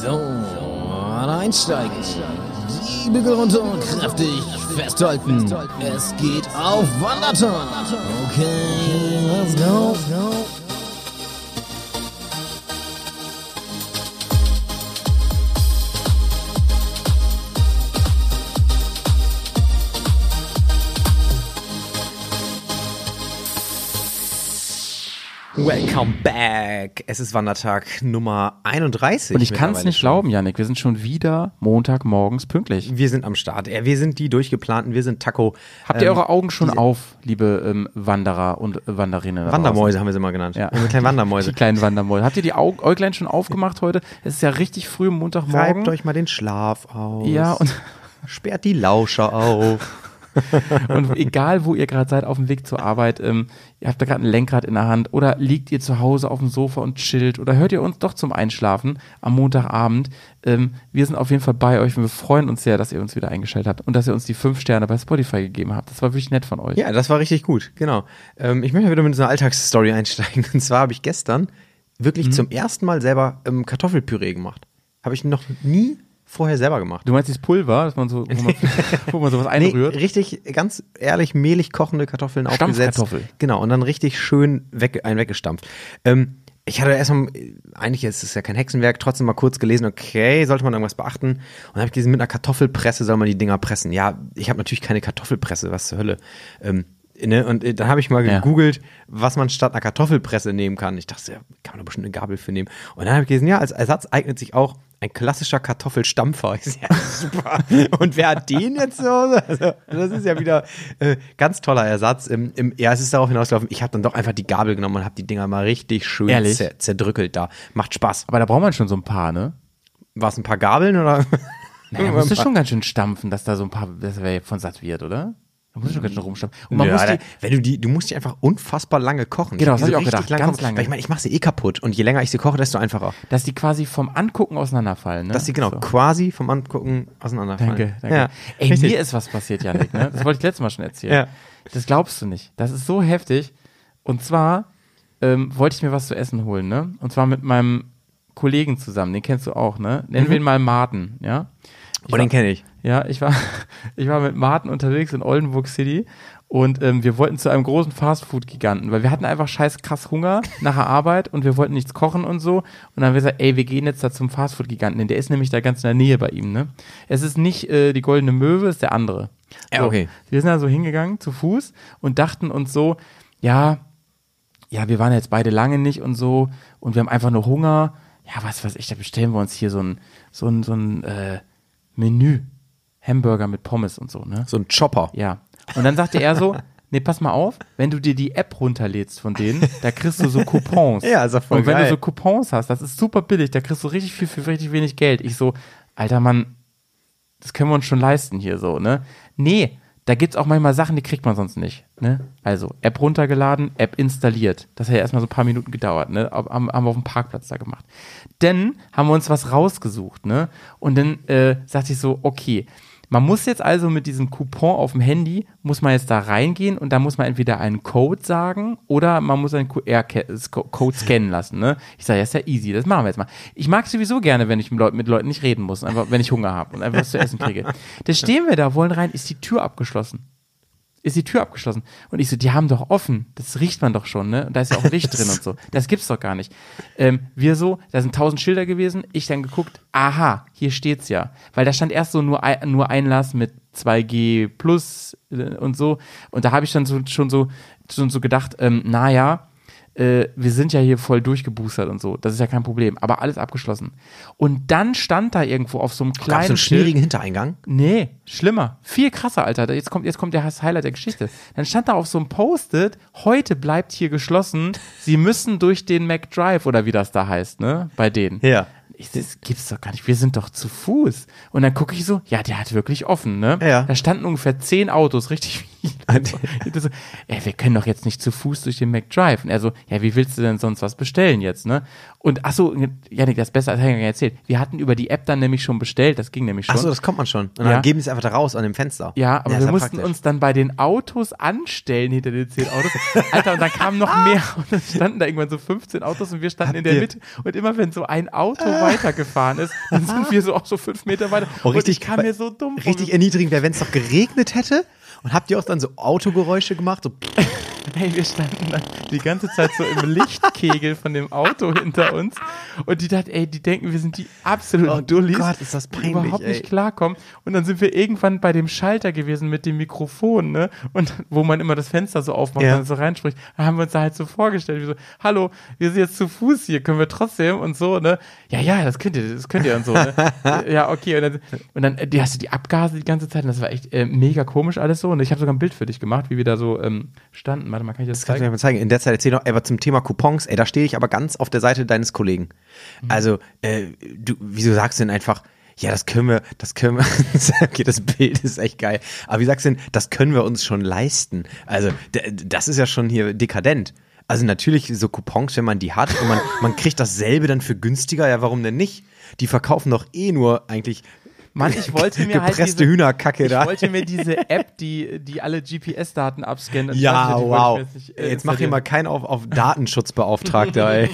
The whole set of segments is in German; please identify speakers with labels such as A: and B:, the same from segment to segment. A: So, einsteigen. Die Bügel runter und kräftig festhalten. Es geht auf Wanderton. Okay, let's go.
B: Welcome back. Es ist Wandertag Nummer 31.
C: Und ich kann es nicht glauben, Yannick. Wir sind schon wieder Montagmorgens pünktlich.
B: Wir sind am Start. Ja, Wir sind die durchgeplanten. Wir sind Taco. Ähm,
C: Habt ihr eure Augen schon auf, liebe ähm, Wanderer und Wanderinnen? da
B: Wandermäuse haben wir sie mal genannt.
C: draußen? Ja.
B: Unsere kleinen Wandermäuse.
C: Die kleinen Wandermäuse. Habt ihr die Augen, Äuglein schon aufgemacht heute? Es ist ja richtig früh am
B: Treibt
C: Montagmorgen.
B: euch mal den Schlaf aus.
C: Ja, und,
B: sperrt die Lauscher auf.
C: und egal, wo ihr gerade seid, auf dem Weg zur Arbeit, ähm, ihr habt da gerade ein Lenkrad in der Hand oder liegt ihr zu Hause auf dem Sofa und chillt oder hört ihr uns doch zum Einschlafen am Montagabend. Ähm, wir sind auf jeden Fall bei euch und wir freuen uns sehr, dass ihr uns wieder eingestellt habt und dass ihr uns die fünf Sterne bei Spotify gegeben habt. Das war wirklich nett von euch.
B: Ja, das war richtig gut, genau. Ähm, ich möchte mal wieder mit so einer Alltagsstory einsteigen. Und zwar habe ich gestern
C: Mhm.
B: wirklich zum ersten Mal selber ähm, Kartoffelpüree gemacht. Habe ich noch nie vorher selber gemacht.
C: Du meinst dieses Pulver, dass man so, wo man, wo man sowas Also einrührt?
B: richtig, ganz ehrlich, mehlig kochende Kartoffeln aufgesetzt.
C: Stampfkartoffel.
B: Genau, und dann richtig schön weg, einen weggestampft. Ähm, ich hatte erstmal, eigentlich ist es ja kein Hexenwerk, trotzdem mal kurz gelesen, okay, sollte man irgendwas beachten. Und dann habe ich gelesen, mit einer Kartoffelpresse soll man die Dinger pressen. Ja, ich habe natürlich keine Kartoffelpresse, was zur Hölle. Ähm, ne? Und äh, dann habe ich mal
C: Ja.
B: gegoogelt, was man statt einer Kartoffelpresse nehmen kann. Ich dachte, ja, kann man da bestimmt eine Gabel für nehmen. Und dann habe ich gelesen, ja, als Ersatz eignet sich auch ein klassischer Kartoffelstampfer. Ich so, ja, super. Und wer hat den jetzt so? Also, das ist ja wieder äh, ganz toller Ersatz. Im, im, ja, es ist darauf hinausgelaufen, ich habe dann doch einfach die Gabel genommen und habe die Dinger mal richtig schön
C: Ehrlich?
B: zer zerdrückelt da. Macht Spaß.
C: Aber da braucht man schon so ein paar, ne?
B: War es ein paar Gabeln oder?
C: Naja, musst du schon ganz schön stampfen, dass da so ein paar, das wäre von satt wird, oder? Da musst du schon
B: Mhm.
C: ganz schön rumstampfen. Und man
B: ja,
C: muss
B: da-
C: die,
B: wenn du die, du musst die einfach unfassbar lange kochen.
C: Genau, das
B: Die
C: hab ich
B: so
C: auch
B: richtig
C: gedacht, ganz
B: kochen.
C: lange.
B: Weil ich meine, ich mache sie eh kaputt und je länger ich sie koche, desto einfacher.
C: dass die quasi vom Angucken auseinanderfallen, ne?
B: Dass sie genau
C: So.
B: quasi vom Angucken auseinanderfallen.
C: Danke, danke.
B: Ja,
C: Ey,
B: richtig.
C: mir ist was passiert, Janik, ne? Das wollte ich letztes Mal schon erzählen.
B: Ja.
C: Das glaubst du nicht. Das ist so heftig. Und zwar ähm, wollte ich mir was zu essen holen, ne? Und zwar mit meinem Kollegen zusammen, den kennst du auch, ne? Nennen wir ihn mal Martin, ja? Ich
B: oh, den kenne ich.
C: Ja, ich war, ich war mit Martin unterwegs in Oldenburg City und ähm, wir wollten zu einem großen Fastfood-Giganten, weil wir hatten einfach scheiß krass Hunger nach der Arbeit und wir wollten nichts kochen und so. Und dann haben wir gesagt, ey, wir gehen jetzt da zum Fastfood-Giganten, denn der ist nämlich da ganz in der Nähe bei ihm, ne? Es ist nicht äh, die Goldene Möwe, es ist der andere.
B: Ja, okay.
C: Wir sind da so hingegangen zu Fuß und dachten uns so, ja, ja, wir waren jetzt beide lange nicht und so und wir haben einfach nur Hunger. Ja, was weiß ich, da bestellen wir uns hier so ein, so ein, so ein äh, Menü. Hamburger mit Pommes und so, ne?
B: So ein Chopper.
C: Ja. Und dann sagte er so, nee, pass mal auf, wenn du dir die App runterlädst von denen, da kriegst du so Coupons.
B: Ja, ist doch voll
C: Und wenn
B: geil.
C: du so Coupons hast, das ist super billig, da kriegst du richtig viel für richtig wenig Geld. Ich so, alter Mann, das können wir uns schon leisten hier so, ne? Nee, da gibt's auch manchmal Sachen, die kriegt man sonst nicht, ne? Also, App runtergeladen, App installiert. Das hat ja erstmal so ein paar Minuten gedauert, ne? Ab- Haben, haben wir auf dem Parkplatz da gemacht. Dann haben wir uns was rausgesucht, ne? Und dann äh, sagte ich so, okay, man muss jetzt also mit diesem Coupon auf dem Handy, muss man jetzt da reingehen und da muss man entweder einen Code sagen oder man muss einen QR-Code scannen lassen. Ne? Ich sage, ja, ist ja easy, das machen wir jetzt mal. Ich mag sowieso gerne, wenn ich mit Leuten, mit Leuten nicht reden muss, einfach wenn ich Hunger habe und einfach was zu essen kriege. Da stehen wir da, wollen rein, ist die Tür abgeschlossen. Ist die Tür abgeschlossen. Und ich so, die haben doch offen. Das riecht man doch schon, ne? Und da ist ja auch Licht drin und so. Das gibt's doch gar nicht. Ähm, wir so, da sind tausend Schilder gewesen. Ich dann geguckt, aha, hier steht's ja. Weil da stand erst so nur, ein- nur Einlass mit 2G plus äh, und so. Und da habe ich dann so, schon so, schon so gedacht, ähm, naja, äh, wir sind ja hier voll durchgeboostert und so. Das ist ja kein Problem. Aber alles abgeschlossen. Und dann stand da irgendwo auf so einem
B: Gab es
C: kleinen
B: einen
C: Schild-
B: schwierigen Hintereingang?
C: Nee, schlimmer. Viel krasser, Alter. Jetzt kommt, jetzt kommt der das Highlight der Geschichte. Dann stand da auf so einem Post-it, heute bleibt hier geschlossen, sie müssen durch den McDrive oder wie das da heißt, ne? Bei denen.
B: Ja.
C: Ich, das gibt's doch gar nicht. Wir sind doch zu Fuß. Und dann gucke ich so, ja, der hat wirklich offen, ne?
B: Ja.
C: Da standen ungefähr zehn Autos, richtig Das so, ey, wir können doch jetzt nicht zu Fuß durch den McDrive. Und er so, ja, wie willst du denn sonst was bestellen jetzt, ne? Und achso, Janik, das ist besser als Henning erzählt. Wir hatten über die App dann nämlich schon bestellt, das ging nämlich schon.
B: Achso, das kommt man schon. Und
C: Ja.
B: dann geben sie es einfach da raus an dem Fenster.
C: Ja, aber
B: ist
C: wir mussten
B: praktisch.
C: uns dann bei den Autos anstellen hinter den zehn Autos. Alter, und dann kamen noch mehr und dann standen da irgendwann so 15 Autos und wir standen in der
B: Ah. ihr- Ah.
C: Mitte. Und immer wenn so ein Auto weitergefahren ist, dann sind wir so auch so fünf Meter weiter.
B: Oh, richtig,
C: und ich kam mir so dumm vor.
B: Richtig erniedrigend wäre, wenn es doch geregnet hätte. Und habt ihr auch dann so Autogeräusche gemacht? So,
C: Ey, wir standen dann die ganze Zeit so im Lichtkegel von dem Auto hinter uns und die dachten, ey, die denken, wir sind die absoluten
B: Oh
C: Dullis.
B: Gott, ist das
C: die
B: peinlich,
C: überhaupt
B: ey.
C: nicht klarkommen. Und dann sind wir irgendwann bei dem Schalter gewesen mit dem Mikrofon, ne? Und wo man immer das Fenster so aufmacht
B: Ja.
C: und dann so reinspricht. Da haben wir uns da halt so vorgestellt, wie so, hallo, wir sind jetzt zu Fuß hier, können wir trotzdem und so, ne? Ja, ja, das könnt ihr, das könnt ihr und so, ne? ja, okay. Und dann, und dann äh, die hast du die Abgase die ganze Zeit und das war echt äh, mega komisch alles so. Und ich habe sogar ein Bild für dich gemacht, wie wir da so ähm, standen. Warte mal, kann ich das,
B: Das kann ich
C: zeigen?
B: dir mal zeigen. In der Zeit erzähl noch, aber zum Thema Coupons, ey, da stehe ich aber ganz auf der Seite deines Kollegen.
C: Mhm.
B: Also, äh, du, wieso sagst du denn einfach, ja, das können wir, das können wir, okay, das Bild ist echt geil. Aber wie sagst du denn, das können wir uns schon leisten? Also, d- das ist ja schon hier dekadent. Also natürlich so Coupons, wenn man die hat und man, man kriegt dasselbe dann für günstiger, ja, warum denn nicht? Die verkaufen doch eh nur eigentlich
C: Mann, ich wollte mir halt
B: gepresste
C: diese,
B: Hühnerkacke
C: ich
B: da.
C: wollte mir diese App, die, die alle GPS-Daten abscannt. und
B: Ja,
C: solche, die
B: wow.
C: wollte ich mir nicht,
B: Jetzt
C: äh,
B: mach hier
C: installieren.
B: mal keinen auf, auf Datenschutzbeauftragter, ey.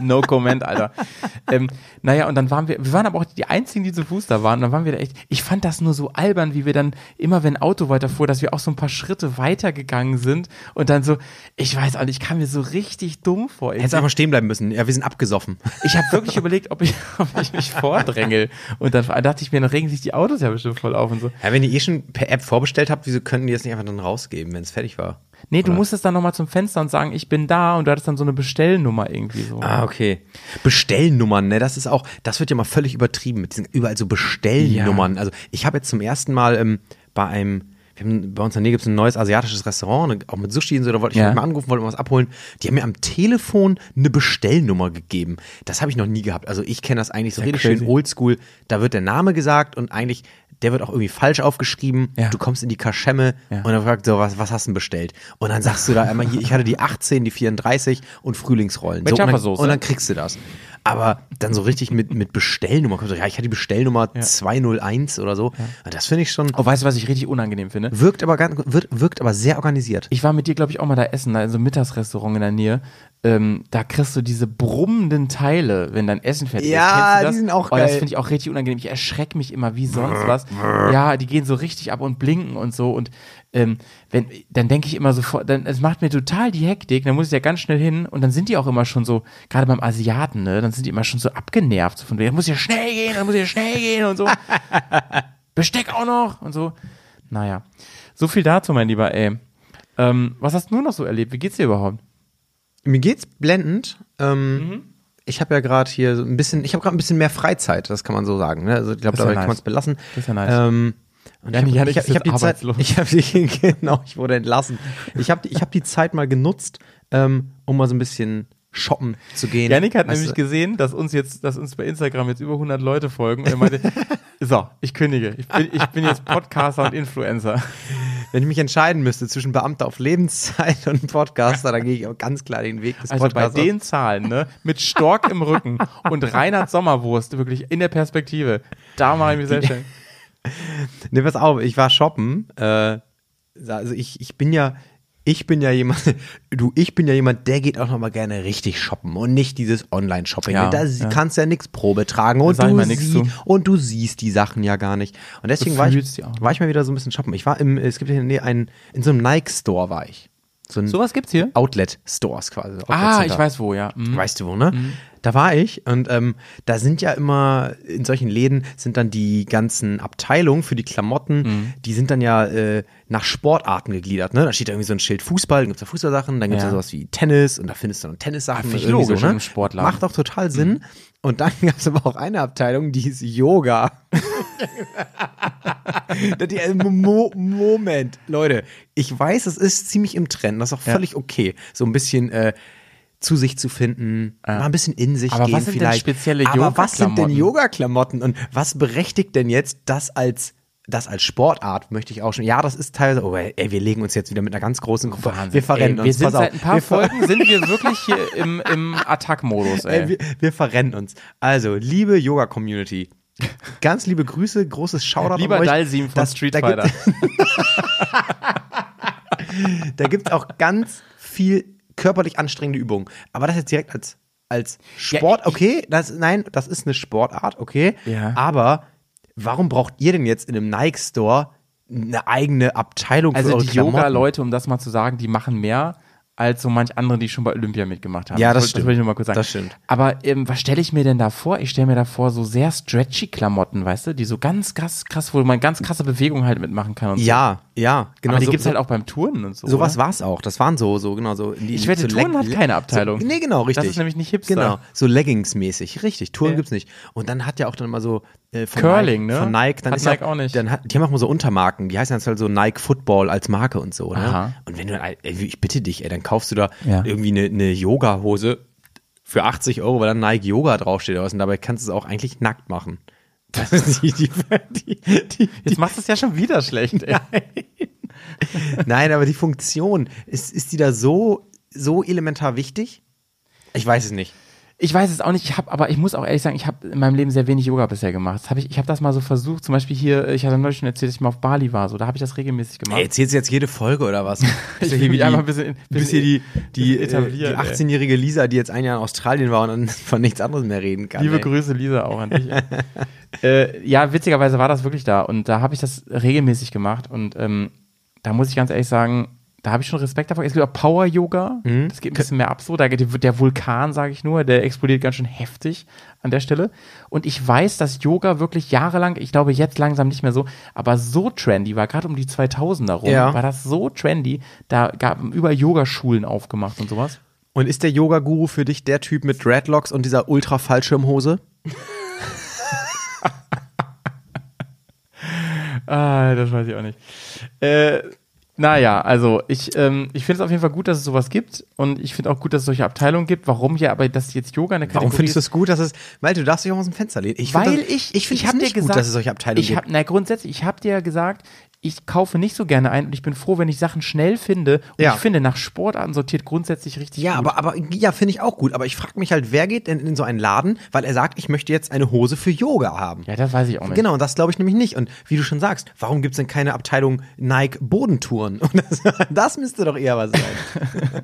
C: No comment, Alter. ähm, naja, und dann waren wir, wir waren aber auch die einzigen, die zu Fuß da waren. Und dann waren wir da echt, ich fand das nur so albern, wie wir dann immer, wenn ein Auto weiterfuhr, dass wir auch so ein paar Schritte weitergegangen sind und dann so, ich weiß auch nicht, ich kam mir so richtig dumm vor.
B: Hättest einfach stehen bleiben müssen. Ja, wir sind abgesoffen.
C: Ich habe wirklich überlegt, ob ich, ob ich mich vordrängel. Und dann dachte ich mir, dann regen sich die Autos ja bestimmt voll auf und so.
B: Ja, wenn ihr eh schon per App vorbestellt habt, wieso könnten die das nicht einfach dann rausgeben, wenn es fertig war?
C: Nee, du musstest dann nochmal zum Fenster und sagen, ich bin da und du hattest dann so eine Bestellnummer irgendwie so.
B: Ah, okay. Bestellnummern, ne, das ist auch, das wird ja mal völlig übertrieben mit diesen überall so Bestellnummern. Also ich habe jetzt zum ersten Mal ähm, bei einem, wir haben, bei uns in der Nähe gibt es ein neues asiatisches Restaurant, ne, auch mit Sushi und so, da wollte ich
C: Ja.
B: mal anrufen, wollte mal was abholen. Die haben mir am Telefon eine Bestellnummer gegeben. Das habe ich noch nie gehabt. Also ich kenne das eigentlich so richtig
C: crazy.
B: schön oldschool. Da wird der Name gesagt und eigentlich, der wird auch irgendwie falsch aufgeschrieben.
C: Ja.
B: Du kommst in die Kaschemme und dann fragt so, was, was hast du denn bestellt? Und dann sagst du da einmal hier, ich hatte die 18, die 34 und Frühlingsrollen.
C: Mit
B: So, und, dann,
C: Javasoße.
B: und dann kriegst du das. Aber dann so richtig mit, mit Bestellnummer. kommst du, Ja, ich hatte die Bestellnummer 201 oder so. Das finde ich schon.
C: Oh, weißt du, was ich richtig unangenehm finde?
B: Wirkt aber, ganz, wirkt, wirkt aber sehr organisiert.
C: Ich war mit dir, glaube ich, auch mal da essen, also Mittagsrestaurant in der Nähe. Ähm, da kriegst du diese brummenden Teile, wenn dein Essen fertig ist.
B: Ja,
C: Kennst du das?
B: die sind auch
C: oh, Das
B: geil.
C: finde ich auch richtig unangenehm. Ich erschrecke mich immer wie sonst was. Ja, die gehen so richtig ab und blinken und so. Und ähm, wenn, dann denke ich immer sofort, dann es macht mir total die Hektik. Dann muss ich ja ganz schnell hin und dann sind die auch immer schon so, gerade beim Asiaten, ne, dann sind die immer schon so abgenervt. So von wegen, muss ja schnell gehen, dann muss ja schnell gehen und so. Besteck auch noch und so. Naja, so viel dazu, mein lieber ey. Ähm, was hast du nur noch so erlebt? Wie geht's dir überhaupt?
B: Mir geht's blendend. Ähm, Ich habe ja gerade hier so ein bisschen, ich habe gerade ein bisschen mehr Freizeit, das kann man so sagen. Ne? Also ich glaube,
C: Das ist
B: dabei
C: ja nice.
B: kann man es belassen.
C: Das ist ja nice.
B: Ähm, und
C: Janik-
B: ich habe ich hab, ich hab
C: Janik ist jetzt
B: die Zeit,
C: arbeitslos.
B: ich habe die, genau, ich wurde entlassen. Ich habe ich hab die Zeit mal genutzt, ähm, um mal so ein bisschen shoppen zu gehen.
C: Janik hat
B: Weißt
C: nämlich
B: du?
C: gesehen, dass uns jetzt, dass uns bei Instagram jetzt über 100 Leute folgen und er meinte, so, ich kündige. Ich bin, ich bin jetzt Podcaster und Influencer.
B: Wenn ich mich entscheiden müsste zwischen Beamter auf Lebenszeit und Podcaster, dann gehe ich auch ganz klar den Weg des
C: Also bei
B: Podcasters.
C: den Zahlen, ne? Mit Stork im Rücken und Reinhard Sommerwurst wirklich in der Perspektive. Da mache ich mich selbstständig.
B: Ne, pass auf, ich war shoppen. Äh, also ich, ich bin ja, ich bin ja jemand, du, ich bin ja jemand, der geht auch nochmal gerne richtig shoppen und nicht dieses Online-Shopping.
C: Ja,
B: da sie-
C: ja.
B: kannst ja nichts Probe tragen und
C: Sag ich
B: du,
C: mal nix
B: sie,
C: zu.
B: und du siehst die Sachen ja gar nicht. Und deswegen war ich,
C: fühlst die auch nicht.
B: war ich mal wieder so ein bisschen shoppen. Ich war im, es gibt hier in der Nähe einen, in so einem Nike-Store war ich. So ein
C: Sowas gibt's hier?
B: Outlet-Stores quasi.
C: Ah, ich
B: Outlet-Center.
C: weiß wo, ja. Mhm.
B: Weißt du wo, ne? Da war ich und ähm, da sind ja immer in solchen Läden sind dann die ganzen Abteilungen für die Klamotten,
C: Mhm.
B: die sind dann ja äh, nach Sportarten gegliedert, ne? Da steht da irgendwie so ein Schild Fußball, dann gibt's da Fußballsachen, dann gibt's
C: Ja.
B: da sowas wie Tennis und da findest du dann Tennissachen.
C: Ah, find ich
B: irgendwie
C: logisch
B: so,
C: in
B: ne?
C: einem Sportladen. Mhm.
B: Macht doch total Sinn. Und dann gab's aber auch eine Abteilung, die ist Yoga. Da die- äh, Mo Moment, Leute, ich weiß, es ist ziemlich im Trend, das ist auch völlig okay, so ein bisschen äh, zu sich zu finden, äh, mal ein bisschen in sich
C: Aber was
B: gehen
C: sind denn
B: vielleicht.
C: spezielle
B: Aber was sind denn
C: Yoga-Klamotten?
B: Yoga-Klamotten und was berechtigt denn jetzt, das als das als Sportart möchte ich auch schon. Ja, das ist teilweise. Oh, ey, wir legen uns jetzt wieder mit einer ganz großen Gruppe. Wir verrennen
C: ey,
B: uns.
C: wir
B: pass
C: sind seit
B: auf.
C: ein paar
B: wir ver-
C: Folgen sind wir wirklich hier im, im Attack-Modus, ey.
B: Ey, wir, wir verrennen uns. Also, liebe Yoga-Community, ganz liebe Grüße, großes Shoutout
C: Lieber
B: an euch.
C: Dalsim von
B: Das-
C: Street
B: da gibt-
C: Fighter.
B: Da gibt es auch ganz viel körperlich anstrengende Übungen. Aber das jetzt direkt als, als Sport, okay, das, nein, das ist eine Sportart, okay.
C: Ja.
B: Aber warum braucht ihr denn jetzt in einem Nike-Store eine eigene Abteilung für
C: Also
B: eure
C: die
B: Klamotten?
C: Yoga-Leute, um das mal zu sagen, die machen mehr als so manch andere, die schon bei Olympia mitgemacht haben.
B: Ja, das
C: wollte-
B: stimmt.
C: Das wollte ich nur mal kurz sagen.
B: Das stimmt.
C: Aber ähm, was stelle ich mir denn da vor? Ich stelle mir da vor so sehr stretchy Klamotten, weißt du, die so ganz krass, krass, wo man ganz krasse Bewegungen halt mitmachen kann. Und
B: Ja, ja,
C: so.
B: genau.
C: Aber die
B: so-
C: gibt's
B: so-
C: halt auch beim Turnen und so.
B: Sowas
C: oder?
B: war es auch. Das waren so, so genau so. Die,
C: Ich wette,
B: so
C: Turn
B: Leg-
C: hat keine Abteilung.
B: So, nee, genau, richtig.
C: Das ist nämlich nicht Hipster.
B: Genau, so Leggings-mäßig, richtig. Turn
C: Ja.
B: gibt's nicht. Und dann hat ja auch dann mal so äh, von
C: Curling,
B: Nike,
C: ne?
B: Von Nike, dann
C: Hat
B: ist
C: Nike
B: ja,
C: auch nicht.
B: Dann hat, die haben auch mal so Untermarken. Die heißen jetzt halt so Nike Football als Marke und so.
C: Aha.
B: Ne? Und wenn du, ey, ich bitte dich, ey, dann kaufst du da
C: Ja.
B: irgendwie eine, eine Yoga-Hose für 80 Euro, weil dann Nike Yoga draufsteht oder was. Und dabei kannst du es auch eigentlich nackt machen. Das ist die, die, die, die,
C: Jetzt machst du es ja schon wieder schlecht, ey.
B: Nein, aber die Funktion, ist, ist die da so, so elementar wichtig? Ich weiß es nicht.
C: Ich weiß es auch nicht, ich habe, aber ich muss auch ehrlich sagen, ich habe in meinem Leben sehr wenig Yoga bisher gemacht. Das Hab ich ich habe das mal so versucht, zum Beispiel hier, ich hatte neulich schon erzählt, dass ich mal auf Bali war, so, da habe ich das regelmäßig gemacht.
B: Ey, erzählst du jetzt jede Folge oder was?
C: Ich
B: Bist du
C: will mich
B: wie die-
C: einfach ein bisschen-
B: du bist hier die, die,
C: bisschen
B: äh, die
C: etablieren, ey.
B: 18-jährige Lisa, die jetzt ein Jahr in Australien war und dann von nichts anderem mehr reden kann.
C: Liebe
B: ey.
C: Grüße, Lisa, auch an dich. äh, ja, witzigerweise war das wirklich da und da habe ich das regelmäßig gemacht und ähm, da muss ich ganz ehrlich sagen, da habe ich schon Respekt davor. Es gibt auch Power Yoga, das geht ein bisschen mehr ab so. Da geht der Vulkan, sage ich nur, der explodiert ganz schön heftig an der Stelle. Und ich weiß, dass Yoga wirklich jahrelang, ich glaube jetzt langsam nicht mehr so, aber so trendy war, gerade um die 2000er rum,
B: Ja.
C: war das so trendy. Da gab über Yogaschulen aufgemacht und sowas.
B: Und ist der Yoga-Guru für dich der Typ mit Dreadlocks und dieser Ultra-Fallschirmhose?
C: Ah, das weiß ich auch nicht. Äh, naja, also ich, ähm, ich finde es auf jeden Fall gut, dass es sowas gibt und ich finde auch gut, dass es solche Abteilungen gibt. Warum ja, aber dass jetzt Yoga eine Kategorie
B: Warum findest du
C: ist?
B: es gut, dass es. Malte, du darfst dich auch aus dem Fenster lehnen. Ich find
C: Weil
B: das,
C: ich,
B: ich finde
C: hab
B: es nicht gut, dass es solche Abteilungen
C: ich hab,
B: gibt.
C: Na, grundsätzlich, ich habe dir ja gesagt, ich kaufe nicht so gerne ein und ich bin froh, wenn ich Sachen schnell finde. Und
B: Ja.
C: ich finde nach Sportarten sortiert grundsätzlich richtig
B: Ja,
C: gut.
B: aber, aber ja, finde ich auch gut. Aber ich frage mich halt, wer geht denn in so einen Laden, weil er sagt, ich möchte jetzt eine Hose für Yoga haben.
C: Ja, das weiß ich auch nicht.
B: Genau, und das glaube ich nämlich nicht. Und wie du schon sagst, warum gibt es denn keine Abteilung Nike Bodentouren? Und das, das müsste doch eher was sein.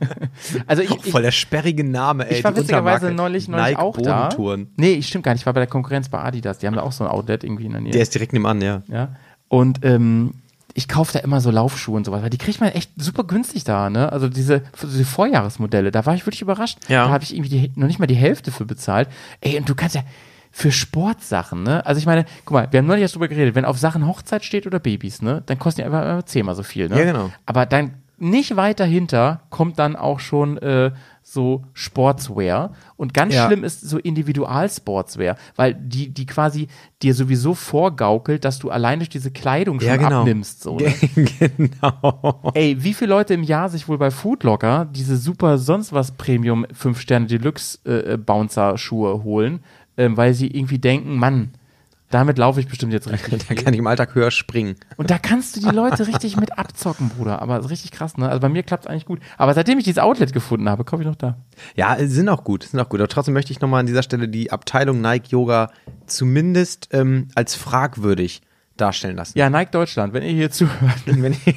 C: Also ich, ich,
B: Voll der sperrige Name, ey.
C: ich war
B: die Untermarke.
C: witzigerweise neulich, neulich
B: Nike
C: auch da.
B: Bodentouren.
C: Nee, stimmt gar nicht. Ich war bei der Konkurrenz bei Adidas. Die haben da auch so ein Outlet irgendwie in der Nähe.
B: Der ist direkt nebenan, ja.
C: Ja. Und ähm, ich kaufe da immer so Laufschuhe und sowas, weil die kriegt man echt super günstig da, ne? Also diese, diese Vorjahresmodelle, da war ich wirklich überrascht.
B: Ja.
C: Da habe ich irgendwie die, noch nicht mal die Hälfte für bezahlt. Ey, und du kannst ja für Sportsachen, ne? Also ich meine, guck mal, wir haben neulich erst drüber geredet, wenn auf Sachen Hochzeit steht oder Babys, ne? Dann kosten die einfach immer zehnmal so viel, ne?
B: Ja, genau.
C: Aber dann nicht weit dahinter kommt dann auch schon äh, so Sportswear. Und ganz
B: Ja.
C: schlimm ist so Individualsportswear, weil die, die quasi dir sowieso vorgaukelt, dass du allein durch diese Kleidung schon
B: Ja, genau.
C: abnimmst. So, ne?
B: genau.
C: Ey, wie viele Leute im Jahr sich wohl bei Foodlocker diese super sonst was Premium 5 Sterne Deluxe äh, äh, Bouncer Schuhe holen, ähm, weil sie irgendwie denken, Mann, damit laufe ich bestimmt jetzt richtig.
B: Da kann ich im Alltag höher springen.
C: Und da kannst du die Leute richtig mit abzocken, Bruder. Aber ist richtig krass, ne? Also bei mir klappt es eigentlich gut. Aber seitdem ich dieses Outlet gefunden habe, komme ich noch da.
B: Ja, sind auch gut, sind auch gut. Aber trotzdem möchte ich nochmal an dieser Stelle die Abteilung Nike Yoga zumindest ähm, als fragwürdig darstellen lassen.
C: Ja, Nike Deutschland, wenn ihr hier zuhört,
B: Wenn ich-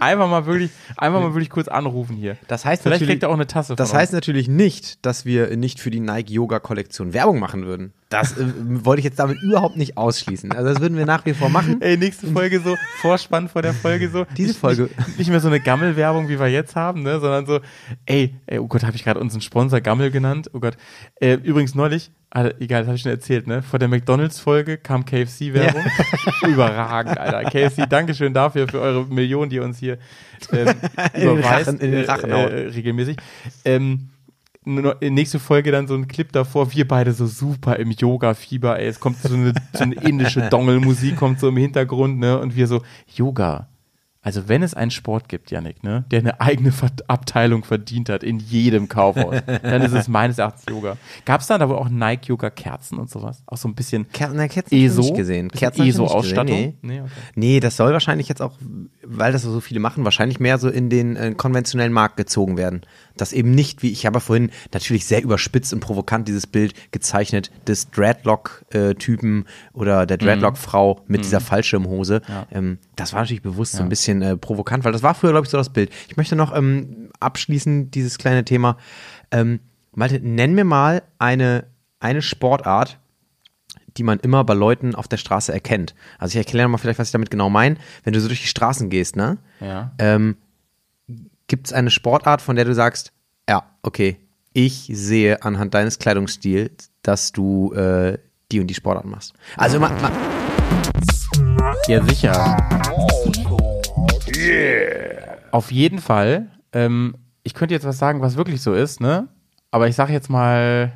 C: einfach mal wirklich, einfach mal wirklich kurz anrufen hier.
B: Das heißt
C: Vielleicht
B: natürlich-
C: kriegt ihr auch eine Tasse
B: Das
C: von
B: heißt natürlich nicht, dass wir nicht für die Nike Yoga Kollektion Werbung machen würden. Das äh, wollte ich jetzt damit überhaupt nicht ausschließen. Also das würden wir nach wie vor machen.
C: Ey, nächste Folge so, Vorspann vor der Folge so.
B: Mhm. Diese
C: nicht,
B: Folge.
C: Nicht, nicht mehr so eine Gammelwerbung, wie wir jetzt haben, ne, sondern so, ey, ey oh Gott, habe ich gerade unseren Sponsor Gammel genannt? Oh Gott. Äh, übrigens neulich, ah, egal, das habe ich schon erzählt, ne, vor der McDonalds-Folge kam KFC-Werbung. Überragend, Alter. KFC, Dankeschön dafür, für eure Millionen, die ihr uns hier ähm, überweist.
B: Rachen- in den
C: äh,
B: Rachen haut.
C: äh, regelmäßig. Ähm, nur- Nächste Folge dann so ein Clip davor, wir beide so super im Yoga-Fieber, ey. Es kommt so eine, so eine indische Dongle-Musik, kommt so im Hintergrund, ne? Und wir so, Yoga. Also wenn es einen Sport gibt, Yannick, ne, der eine eigene Ver Abteilung verdient hat in jedem Kaufhaus, dann ist es meines Erachtens Yoga. Gab es dann aber auch Nike-Yoga-Kerzen und sowas? Auch so ein bisschen
B: Kerzen, na, Kerzen hab
C: ESO?
B: ich nicht gesehen.
C: Bisschen
B: Kerzen hab ich noch nicht
C: ESO-Ausstattung?
B: gesehen, Nee.
C: Nee,
B: Nee,
C: okay.
B: das soll wahrscheinlich jetzt auch, weil das so viele machen, wahrscheinlich mehr so in den äh, konventionellen Markt gezogen werden. Das eben nicht, wie ich habe ja vorhin natürlich sehr überspitzt und provokant dieses Bild gezeichnet des Dreadlock-Typen oder
C: Mhm.
B: der Dreadlock-Frau mit dieser Fallschirmhose. Ähm, das war natürlich bewusst so ein bisschen äh, provokant, weil das war früher, glaube ich, so das Bild. Ich möchte noch ähm, abschließend dieses kleine Thema. Ähm, Malte, nenn mir mal eine, eine Sportart, die man immer bei Leuten auf der Straße erkennt. Also ich erkläre mal vielleicht, was ich damit genau meine. Wenn du so durch die Straßen gehst, ne?
C: Ja.
B: Ähm, Gibt es eine Sportart, von der du sagst, ja, okay, ich sehe anhand deines Kleidungsstils, dass du äh, die und die Sportart machst. Also ma, ma,
C: Ja, sicher. Auf jeden Fall. Ähm, ich könnte jetzt was sagen, was wirklich so ist, ne? Aber ich sage jetzt mal,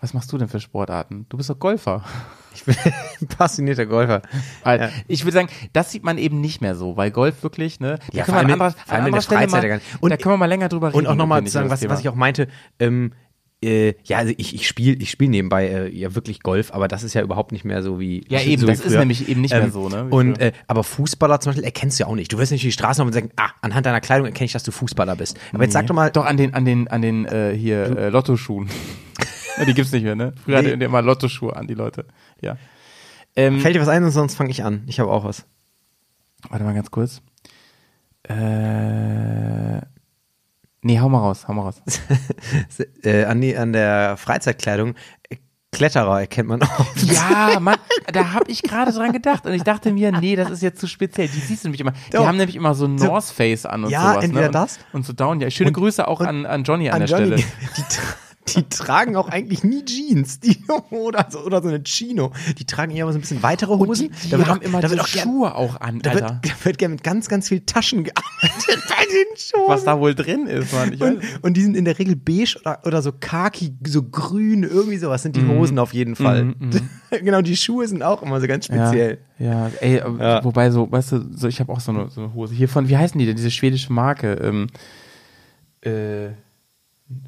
C: was machst du denn für Sportarten? Du bist doch Golfer.
B: ich bin ein passionierter Golfer.
C: Weil Ich würde sagen, das sieht man eben nicht mehr so, weil Golf wirklich, ne? Da
B: Ja,
C: können
B: vor
C: wir
B: allem
C: an anderer-
B: in- vor allem
C: an
B: in
C: anderer
B: der
C: Stelle
B: Freizeit ja
C: mal,
B: gar nicht. Und-
C: da können wir mal länger drüber reden.
B: Und auch nochmal
C: finde
B: zu sagen,
C: über das
B: was, was ich
C: Thema.
B: auch meinte, ähm, äh, ja, also ich, ich spiele ich spiel nebenbei äh, ja wirklich Golf, aber das ist ja überhaupt nicht mehr so wie.
C: Ja,
B: so
C: eben,
B: wie
C: das ist
B: früher.
C: nämlich eben nicht mehr so, ne, wie
B: Und,
C: früher.
B: äh, aber Fußballer zum Beispiel erkennst du ja auch nicht. Du wirst nicht die Straße und sagen, ah, anhand deiner Kleidung erkenne ich, dass du Fußballer bist. Aber jetzt sag doch mal,
C: Doch an den, an den, an den äh, hier äh, Lottoschuhen. Ja, die gibt's nicht mehr, ne? Früher hatten die immer Lottoschuhe an, die Leute. Ja. Ähm,
B: fällt dir was ein, sonst fange ich an. Ich habe auch was.
C: Warte mal ganz kurz. Äh, nee, hau mal raus, hau mal raus.
B: Äh, an, die, an der Freizeitkleidung, äh, Kletterer erkennt man auch.
C: Ja, Mann, da habe ich gerade dran gedacht und ich dachte mir, nee, das ist jetzt zu speziell. Die siehst du nämlich immer. Die
B: Doch.
C: haben nämlich immer so ein North Face an und
B: Ja,
C: sowas.
B: entweder
C: ne? und,
B: das-
C: Und so down, ja. Schöne Grüße auch an, an Johnny an, der Stelle.
B: Die, tra- die tragen auch eigentlich nie Jeans die, oder, so, oder so eine Chino. Die tragen eher mal so ein bisschen weitere Hosen.
C: Die
B: Da wird
C: haben
B: auch-
C: immer
B: da
C: so
B: wird auch gern-
C: Schuhe auch an,
B: Da wird,
C: Alter.
B: da wird gerne mit ganz, ganz viel Taschen gearbeitet bei den Schuhen.
C: Was da wohl drin ist, Mann. Ich weiß
B: und, und die sind in der Regel beige oder, oder so khaki, so grün, irgendwie sowas sind die
C: Mhm.
B: Hosen auf jeden Fall. genau, die Schuhe sind auch immer so ganz speziell.
C: Ja, ja ey, aber wobei so, weißt du, so, ich habe auch so eine, so eine Hose. Hier von, wie heißen die denn, diese schwedische Marke? Ähm, äh,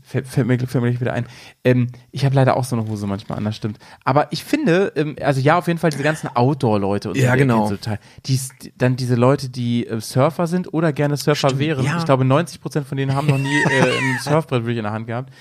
C: fällt, fällt, mir, fällt mir gleich wieder ein. Ähm, ich habe leider auch so eine Hose manchmal an, das stimmt. Aber ich finde, ähm, also ja, auf jeden Fall diese ganzen Outdoor-Leute und so,
B: Ja,
C: die
B: genau.
C: erkennst du total. Die, s- die- dann diese Leute, die äh, Surfer sind oder gerne Surfer wären.
B: ja.
C: Ich glaube, 90 Prozent von denen haben noch nie äh, ein Surfbrett wirklich in der Hand gehabt.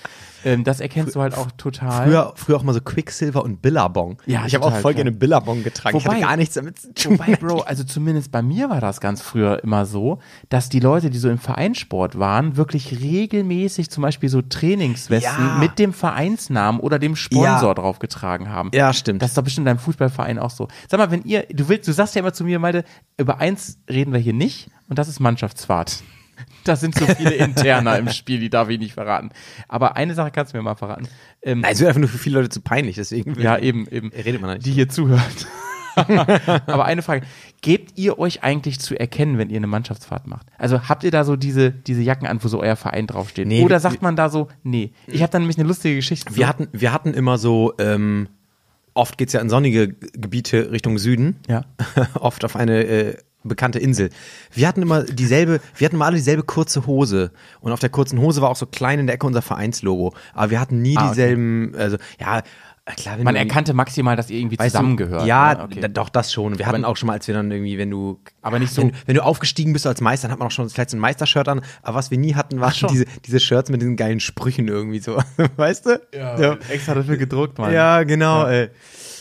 C: Ähm, das erkennst du halt auch total.
B: Früher, früher auch mal so Quicksilver und Billabong.
C: Ja,
B: ich habe auch
C: total,
B: voll
C: klar.
B: gerne Billabong getragen. ich
C: Wobei-
B: hatte gar nichts damit zu tun.
C: Wobei, Bro, also zumindest bei mir war das ganz früher immer so, dass die Leute, die so im Vereinssport waren, wirklich regelmäßig zum Beispiel so Trainingswesten
B: Ja.
C: mit dem Vereinsnamen oder dem Sponsor
B: Ja.
C: draufgetragen haben.
B: Ja, stimmt.
C: Das ist doch bestimmt in deinem Fußballverein auch so. Sag mal, wenn ihr, du willst, du sagst ja immer zu mir, Malte, über eins reden wir hier nicht und das ist Mannschaftsfahrt. Das sind so viele Interner im Spiel, die darf ich nicht verraten. Aber eine Sache kannst du mir mal verraten. Ähm,
B: Nein, es wird einfach nur für viele Leute zu peinlich, deswegen.
C: ja, eben, eben.
B: Redet man da nicht
C: Die hier zuhört. Aber eine Frage. Gebt ihr euch eigentlich zu erkennen, wenn ihr eine Mannschaftsfahrt macht? Also habt ihr da so diese, diese Jacken an, wo so euer Verein draufsteht?
B: Nee,
C: Oder
B: wir-
C: sagt man da so, nee. Ich habe da nämlich eine lustige Geschichte.
B: Wir
C: zu.
B: hatten, wir hatten immer so, ähm, oft geht's ja in sonnige G- Gebiete Richtung Süden.
C: Ja.
B: oft auf eine äh, bekannte Insel. Wir hatten immer dieselbe, wir hatten immer alle dieselbe kurze Hose. Und auf der kurzen Hose war auch so klein in der Ecke unser Vereinslogo. Aber wir hatten nie
C: okay.
B: dieselben, also ja, klar, wenn
C: man
B: du-
C: erkannte maximal, dass ihr irgendwie
B: weißt du,
C: zusammengehört.
B: Also, Ja,
C: ne? Okay.
B: d- doch, das schon. Wir hatten auch schon mal, als wir dann irgendwie, wenn du.
C: Aber nicht so-
B: Wenn, wenn du aufgestiegen bist als Meister, dann hat man auch schon vielleicht so ein Meistershirt an. Aber was wir nie hatten, waren
C: schon.
B: diese, diese Shirts mit diesen geilen Sprüchen irgendwie so. Weißt du?
C: Ja, extra dafür gedruckt, Mann.
B: Ja, genau. Äh,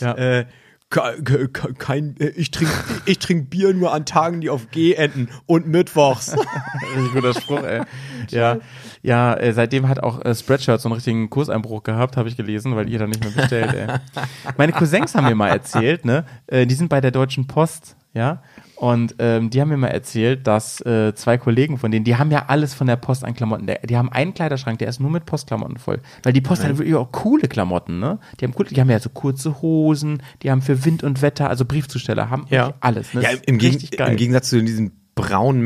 C: Ja.
B: Äh, ke- ke- ke- kein, äh, ich trinke ich trink Bier nur an Tagen, die auf G enden und Mittwochs.
C: Richtig guter Spruch, ey. Ja, ja äh, seitdem hat auch äh, Spreadshirt so einen richtigen Kurseinbruch gehabt, habe ich gelesen, weil ihr da nicht mehr bestellt, ey. Meine Cousins haben mir mal erzählt, ne, äh, die sind bei der Deutschen Post, ja, und ähm, die haben mir mal erzählt, dass äh, zwei Kollegen von denen, die haben ja alles von der Post an Klamotten. Der, die haben einen Kleiderschrank, der ist nur mit Postklamotten voll. Weil die Post hat wirklich auch coole Klamotten, ne? Die haben, cool, die haben ja so kurze Hosen, die haben für Wind und Wetter, also Briefzusteller, haben
B: Ja.
C: wirklich alles. Ne?
B: ja,
C: Das
B: im,
C: ist
B: im, Gegen,
C: richtig geil.
B: im Gegensatz zu diesen braunen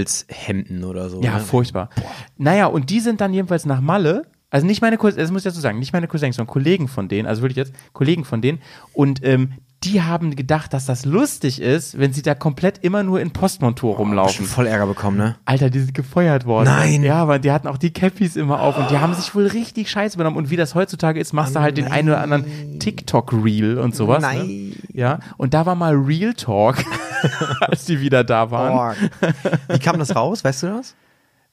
B: McDonalds-Hemden oder so.
C: Ja,
B: ne?
C: furchtbar. Naja, und die sind dann jedenfalls nach Malle. Also nicht meine Cousins, das muss ich dazu sagen, nicht meine Cousins, sondern Kollegen von denen, also würde ich jetzt, Kollegen von denen. Und ähm, die haben gedacht, dass das lustig ist, wenn sie da komplett immer nur in
B: Oh,
C: Postmontur rumlaufen.
B: Voll Ärger bekommen, ne?
C: Alter, die sind gefeuert worden.
B: Nein.
C: Ja, aber die hatten auch die Cappies immer auf und die haben sich wohl richtig scheiße benommen. Und wie das heutzutage ist, machst du halt den einen oder anderen TikTok-Reel und sowas. Ne?
B: Nein.
C: Ja. Und da war mal Real Talk, als die wieder da waren.
B: Wie kam das raus? Weißt du das?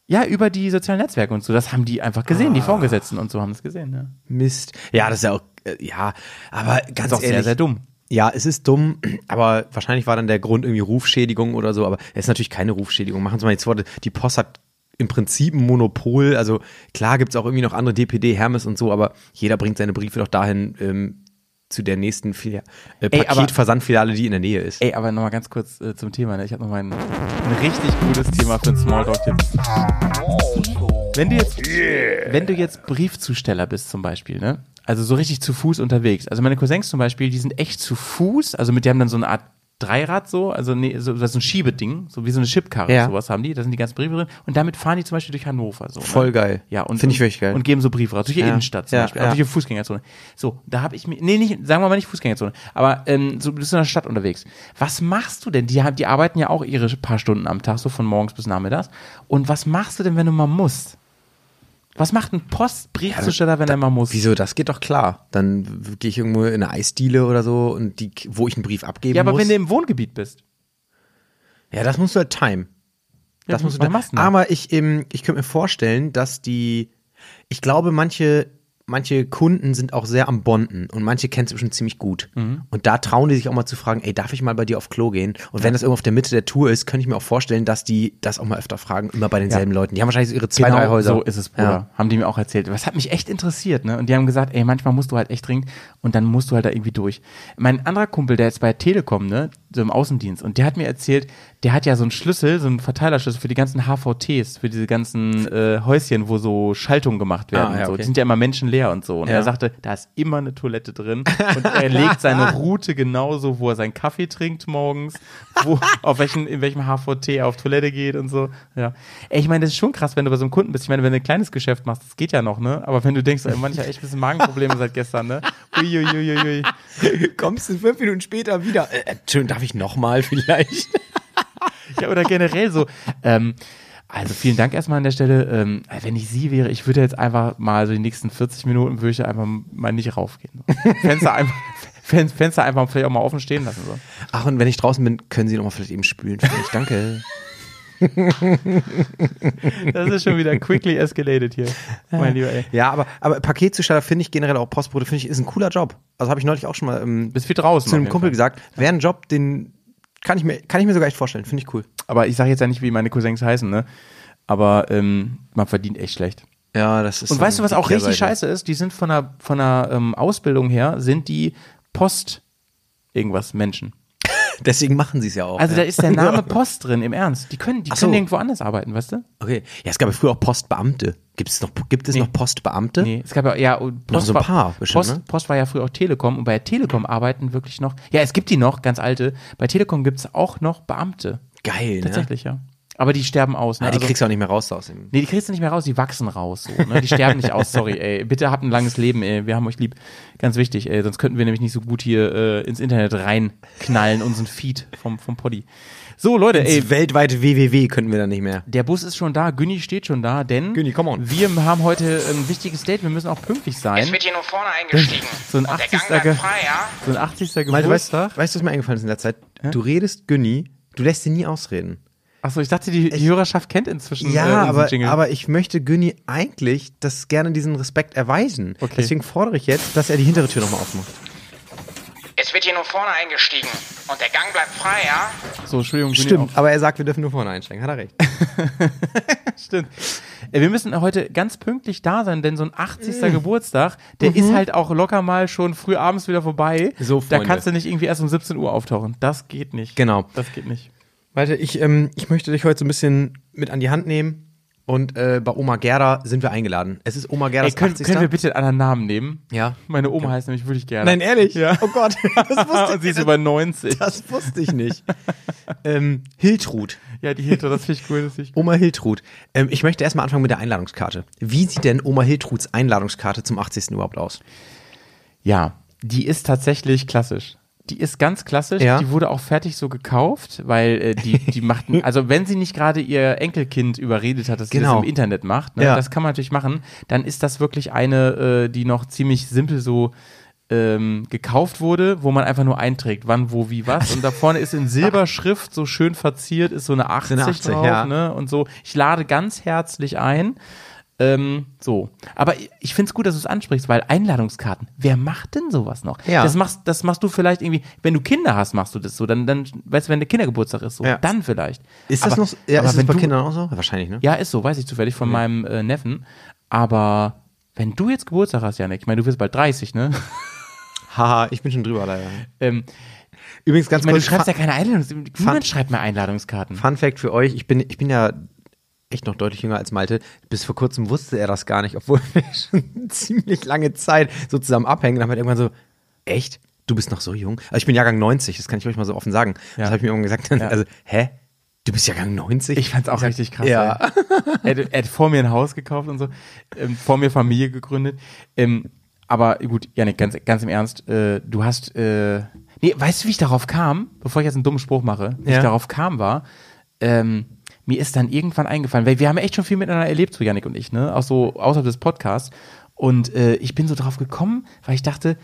C: Ja, über die sozialen Netzwerke und so. Das haben die einfach gesehen,
B: Ah.
C: die Vorgesetzten und so haben das gesehen. ne? Ja.
B: Mist. Ja, das ist ja auch, äh, ja, aber ganz
C: Das ist auch
B: ehrlich.
C: sehr, sehr dumm.
B: Ja, es ist dumm, aber wahrscheinlich war dann der Grund irgendwie Rufschädigung oder so, aber es ist natürlich keine Rufschädigung. Machen Sie mal jetzt Worte. Die Post hat im Prinzip ein Monopol. Also klar gibt's auch irgendwie noch andere DPD, Hermes und so, aber jeder bringt seine Briefe doch dahin ähm, zu der nächsten Filia äh,
C: Ey, aber-
B: Paketversandfiliale, die in der Nähe ist.
C: Ey, aber nochmal ganz kurz äh, zum Thema. Ne? Ich habe noch mal ein, ein richtig gutes Thema für einen Smalltalk-Tipp. Wenn du jetzt, wenn du jetzt Briefzusteller bist zum Beispiel, ne? Also so richtig zu Fuß unterwegs. Also meine Cousins zum Beispiel, die sind echt zu Fuß. Also mit, die haben dann so eine Art Dreirad so, also nee, so, das ist ein Schiebeding, so wie so eine Chipkarre,
B: Ja.
C: sowas haben die. Da sind die ganzen Briefe drin. Und damit fahren die zum Beispiel durch Hannover so. ne?
B: Voll geil.
C: Ja, und
B: Finde ich wirklich geil.
C: Und geben so Briefe raus durch die
B: Ja.
C: Innenstadt zum
B: Ja,
C: Beispiel,
B: ja.
C: auch durch die Fußgängerzone. So, da habe ich mir, nee, nicht, sagen wir mal nicht Fußgängerzone, aber ähm, so, du bist in der Stadt unterwegs. Was machst du denn? Die, haben- die arbeiten ja auch ihre paar Stunden am Tag, so von morgens bis nachmittags. Und was machst du denn, wenn du mal musst? Was macht ein Postbriefzusteller, wenn er mal muss?
B: Wieso? Das geht doch klar. Dann gehe ich irgendwo in eine Eisdiele oder so und die, wo ich einen Brief abgeben
C: Ja, aber
B: muss.
C: wenn du im Wohngebiet bist.
B: ja, das musst du halt time. Das musst du
C: was
B: time.
C: machst du denn?
B: Aber ich, ähm, ich könnte mir vorstellen, dass die, ich glaube, manche, manche Kunden sind auch sehr am Bonden und manche kennst du bestimmt ziemlich gut.
C: Mhm.
B: Und da trauen die sich auch mal zu fragen, ey, darf ich mal bei dir auf Klo gehen? Und wenn das irgendwo auf der Mitte der Tour ist, könnte ich mir auch vorstellen, dass die das auch mal öfter fragen, immer bei denselben Leuten. Die haben wahrscheinlich so ihre zwei,
C: genau
B: drei Häuser.
C: So ist es, Bruder.
B: Ja.
C: Haben die mir auch erzählt. Was hat mich echt interessiert, ne? Und die haben gesagt, ey, manchmal musst du halt echt dringend und dann musst du halt da irgendwie durch. Mein anderer Kumpel, der ist bei Telekom, ne, so im Außendienst, und der hat mir erzählt, der hat ja so einen Schlüssel, so einen Verteilerschlüssel für die ganzen HVTs, für diese ganzen äh, Häuschen, wo so Schaltungen gemacht werden
B: Ah,
C: und
B: ja,
C: so. Die
B: okay.
C: sind ja immer menschenleer und so. Und
B: Ja.
C: er sagte, da ist immer eine Toilette drin und er legt seine Route genauso, wo er seinen Kaffee trinkt morgens, wo, auf welchen, in welchem HVT er auf Toilette geht und so. Ja. Ey, ich meine, das ist schon krass, wenn du bei so einem Kunden bist. Ich meine, wenn du ein kleines Geschäft machst, das geht ja noch, ne? Aber wenn du denkst, ey, Mann, ich habe echt ein bisschen Magenprobleme seit gestern, ne? Uiuiuiui.
B: Kommst du fünf Minuten später wieder? Äh, äh, schön, darf ich nochmal vielleicht?
C: Ja, oder generell so. Ähm, also vielen Dank erstmal an der Stelle. Ähm, wenn ich Sie wäre, ich würde jetzt einfach mal so die nächsten 40 Minuten würde ich einfach mal nicht raufgehen. Fenster einfach, Fen- Fenster einfach vielleicht auch mal offen stehen lassen. So.
B: Ach, und wenn ich draußen bin, können Sie nochmal vielleicht eben spülen. Vielleicht. Danke.
C: Das ist schon wieder quickly escalated hier, mein Lieber. Ey.
B: Ja, aber, aber Paketzusteller finde ich generell auch Postbote, finde ich, ist ein cooler Job. Also habe ich neulich auch schon mal ähm,
C: Bist viel draußen.
B: zu
C: auf
B: einem
C: jeden
B: Kumpel
C: Fall.
B: gesagt, wäre ein Job, den kann ich mir, kann ich mir sogar echt vorstellen, finde ich cool.
C: Aber ich sage jetzt ja nicht, wie meine Cousins heißen, ne? Aber ähm, man verdient echt schlecht.
B: Ja, das ist.
C: Und weißt du, was auch richtig scheiße ist? Die sind von der, von der ähm, Ausbildung her, sind die Post irgendwas Menschen.
B: Deswegen machen sie es ja auch. ne?
C: Also
B: ja.
C: da ist der Name Post drin, im Ernst. Die können, die
B: Ach so.
C: können irgendwo anders arbeiten, weißt du?
B: Okay. Ja, es gab ja früher auch Postbeamte. Gibt es noch, gibt es noch Postbeamte?
C: Nee, es gab ja, ja, und Post,
B: so ein
C: war-
B: paar bestimmt,
C: Post,
B: ne?
C: Post war ja früher auch Telekom und bei der Telekom arbeiten wirklich noch, ja, es gibt die noch, ganz alte. Bei Telekom gibt es auch noch Beamte.
B: Geil, ne?
C: Tatsächlich, ja. Aber die sterben aus.
B: Ja,
C: Ne?
B: Ah, die
C: Also-
B: kriegst du auch nicht mehr raus aus dem.
C: Nee, die kriegst du nicht mehr raus, die wachsen raus. So, ne? Die sterben nicht aus, sorry, ey. Bitte habt ein langes Leben, ey. Wir haben euch lieb. Ganz wichtig, ey. Sonst könnten wir nämlich nicht so gut hier äh, ins Internet reinknallen, unseren Feed vom, vom Poddy. So, Leute, ey.
B: Ey, weltweit WWW könnten wir da nicht mehr.
C: Der Bus ist schon da, Günni steht schon da, denn
B: Günni, come on.
C: wir haben heute ein wichtiges Date, wir müssen auch pünktlich sein.
D: Ich bin hier nur vorne eingestiegen.
C: So ein
D: Und der
C: 80.
D: Gang bleibt
C: Ge-
D: frei, ja?
C: So ein 80.
B: Malte, weißt,
C: Geburtstag.
B: weißt du, was mir eingefallen ist in der Zeit? Du redest Günni, du lässt sie nie ausreden.
C: Achso, ich dachte, die, die Hörerschaft kennt inzwischen äh,
B: Ja,
C: unseren
B: aber,
C: Jingle.
B: aber ich möchte Günni eigentlich das gerne diesen Respekt erweisen.
C: Okay.
B: Deswegen fordere ich jetzt, dass er die hintere Tür nochmal aufmacht.
D: Es wird hier nur vorne eingestiegen. Und der Gang bleibt frei, ja?
C: so, Entschuldigung, Günni,
B: Stimmt, aber er sagt, wir dürfen nur vorne einsteigen. Hat er recht.
C: Stimmt. Äh, Wir müssen heute ganz pünktlich da sein, denn so ein 80.
B: Mhm.
C: Geburtstag, der ist halt auch locker mal schon früh abends wieder vorbei.
B: So,
C: da
B: Freunde.
C: kannst du nicht irgendwie erst um 17 Uhr auftauchen. Das geht nicht.
B: Genau.
C: Das geht nicht.
B: Malte, ich, ähm, ich möchte dich heute so ein bisschen mit an die Hand nehmen. Und äh, bei Oma Gerda sind wir eingeladen. Es ist Oma
C: Ey,
B: Gerdas
C: können,
B: 80.
C: können wir bitte einen anderen Namen nehmen?
B: Ja.
C: Meine Oma heißt nämlich wirklich gerne.
B: Nein, ehrlich?
C: Ja.
B: Oh Gott, das wusste,
C: Und sie ist über 90.
B: das wusste ich nicht. ähm, Hiltrud.
C: Ja, die Hilfe, das finde ich cool. Das finde ich cool.
B: Oma Hiltrud. Ähm, ich möchte erstmal anfangen mit der Einladungskarte. Wie sieht denn Oma Hiltruds Einladungskarte zum 80. überhaupt aus?
C: Ja, die ist tatsächlich klassisch. Die ist ganz klassisch,
B: Ja.
C: die wurde auch fertig so gekauft, weil äh, die, die machten, also wenn sie nicht gerade ihr Enkelkind überredet hat, dass sie
B: Genau.
C: das im Internet macht, ne,
B: Ja.
C: das kann man natürlich machen, dann ist das wirklich eine, äh, die noch ziemlich simpel so ähm, gekauft wurde, wo man einfach nur einträgt, wann, wo, wie, was. Und da vorne ist in Silberschrift so schön verziert, ist so eine 80,
B: eine 80,
C: drauf,
B: ja.
C: ne? Und so. Ich lade ganz herzlich ein. Ähm, so. Aber ich- ich finde es gut, dass du es ansprichst, weil Einladungskarten, wer macht denn sowas noch?
B: Ja.
C: Das, machst, das machst du vielleicht irgendwie, wenn du Kinder hast, machst du das so. Dann, dann weißt du, wenn der Kindergeburtstag ist, so,
B: Ja.
C: dann vielleicht.
B: Ist das
C: aber,
B: noch so? Ja,
C: aber
B: ist das
C: wenn
B: bei
C: du,
B: Kindern auch so? Wahrscheinlich, ne?
C: Ja, ist so, weiß ich zufällig von meinem äh, Neffen. Aber wenn du jetzt Geburtstag hast, Janik, ich meine, du wirst bald 30, ne?
B: Haha, ich bin schon drüber leider.
C: Ähm,
B: Übrigens ganz
C: Ich meine, du
B: kurz,
C: schreibst ja
B: Fun,
C: keine Einladungskarten. Niemand schreibt mehr Einladungskarten.
B: Fun Fact für euch, ich bin, ich bin ja echt noch deutlich jünger als Malte. Bis vor kurzem wusste er das gar nicht, obwohl wir schon ziemlich lange Zeit so zusammen abhängen. Dann haben wir irgendwann so, echt? Du bist noch so jung? Also ich bin Jahrgang 90, das kann ich euch mal so offen sagen. Das habe ich mir irgendwann gesagt. Also, hä? Du bist Jahrgang 90?
C: Ich fand's auch
B: sag,
C: richtig krass.
B: Ja.
C: ey. Er, hat- er hat vor mir ein Haus gekauft und so, ähm, vor mir Familie gegründet. Ähm, aber gut, Janik, ganz, ganz im Ernst, äh, du hast. Äh, nee, weißt du, wie ich darauf kam, bevor ich jetzt einen dummen Spruch mache, wie
B: Ja.
C: ich darauf kam, war, ähm, mir ist dann irgendwann eingefallen, weil wir haben echt schon viel miteinander erlebt, so Janik und ich, ne? Auch so außerhalb des Podcasts. Und äh, ich bin so drauf gekommen, weil ich dachte,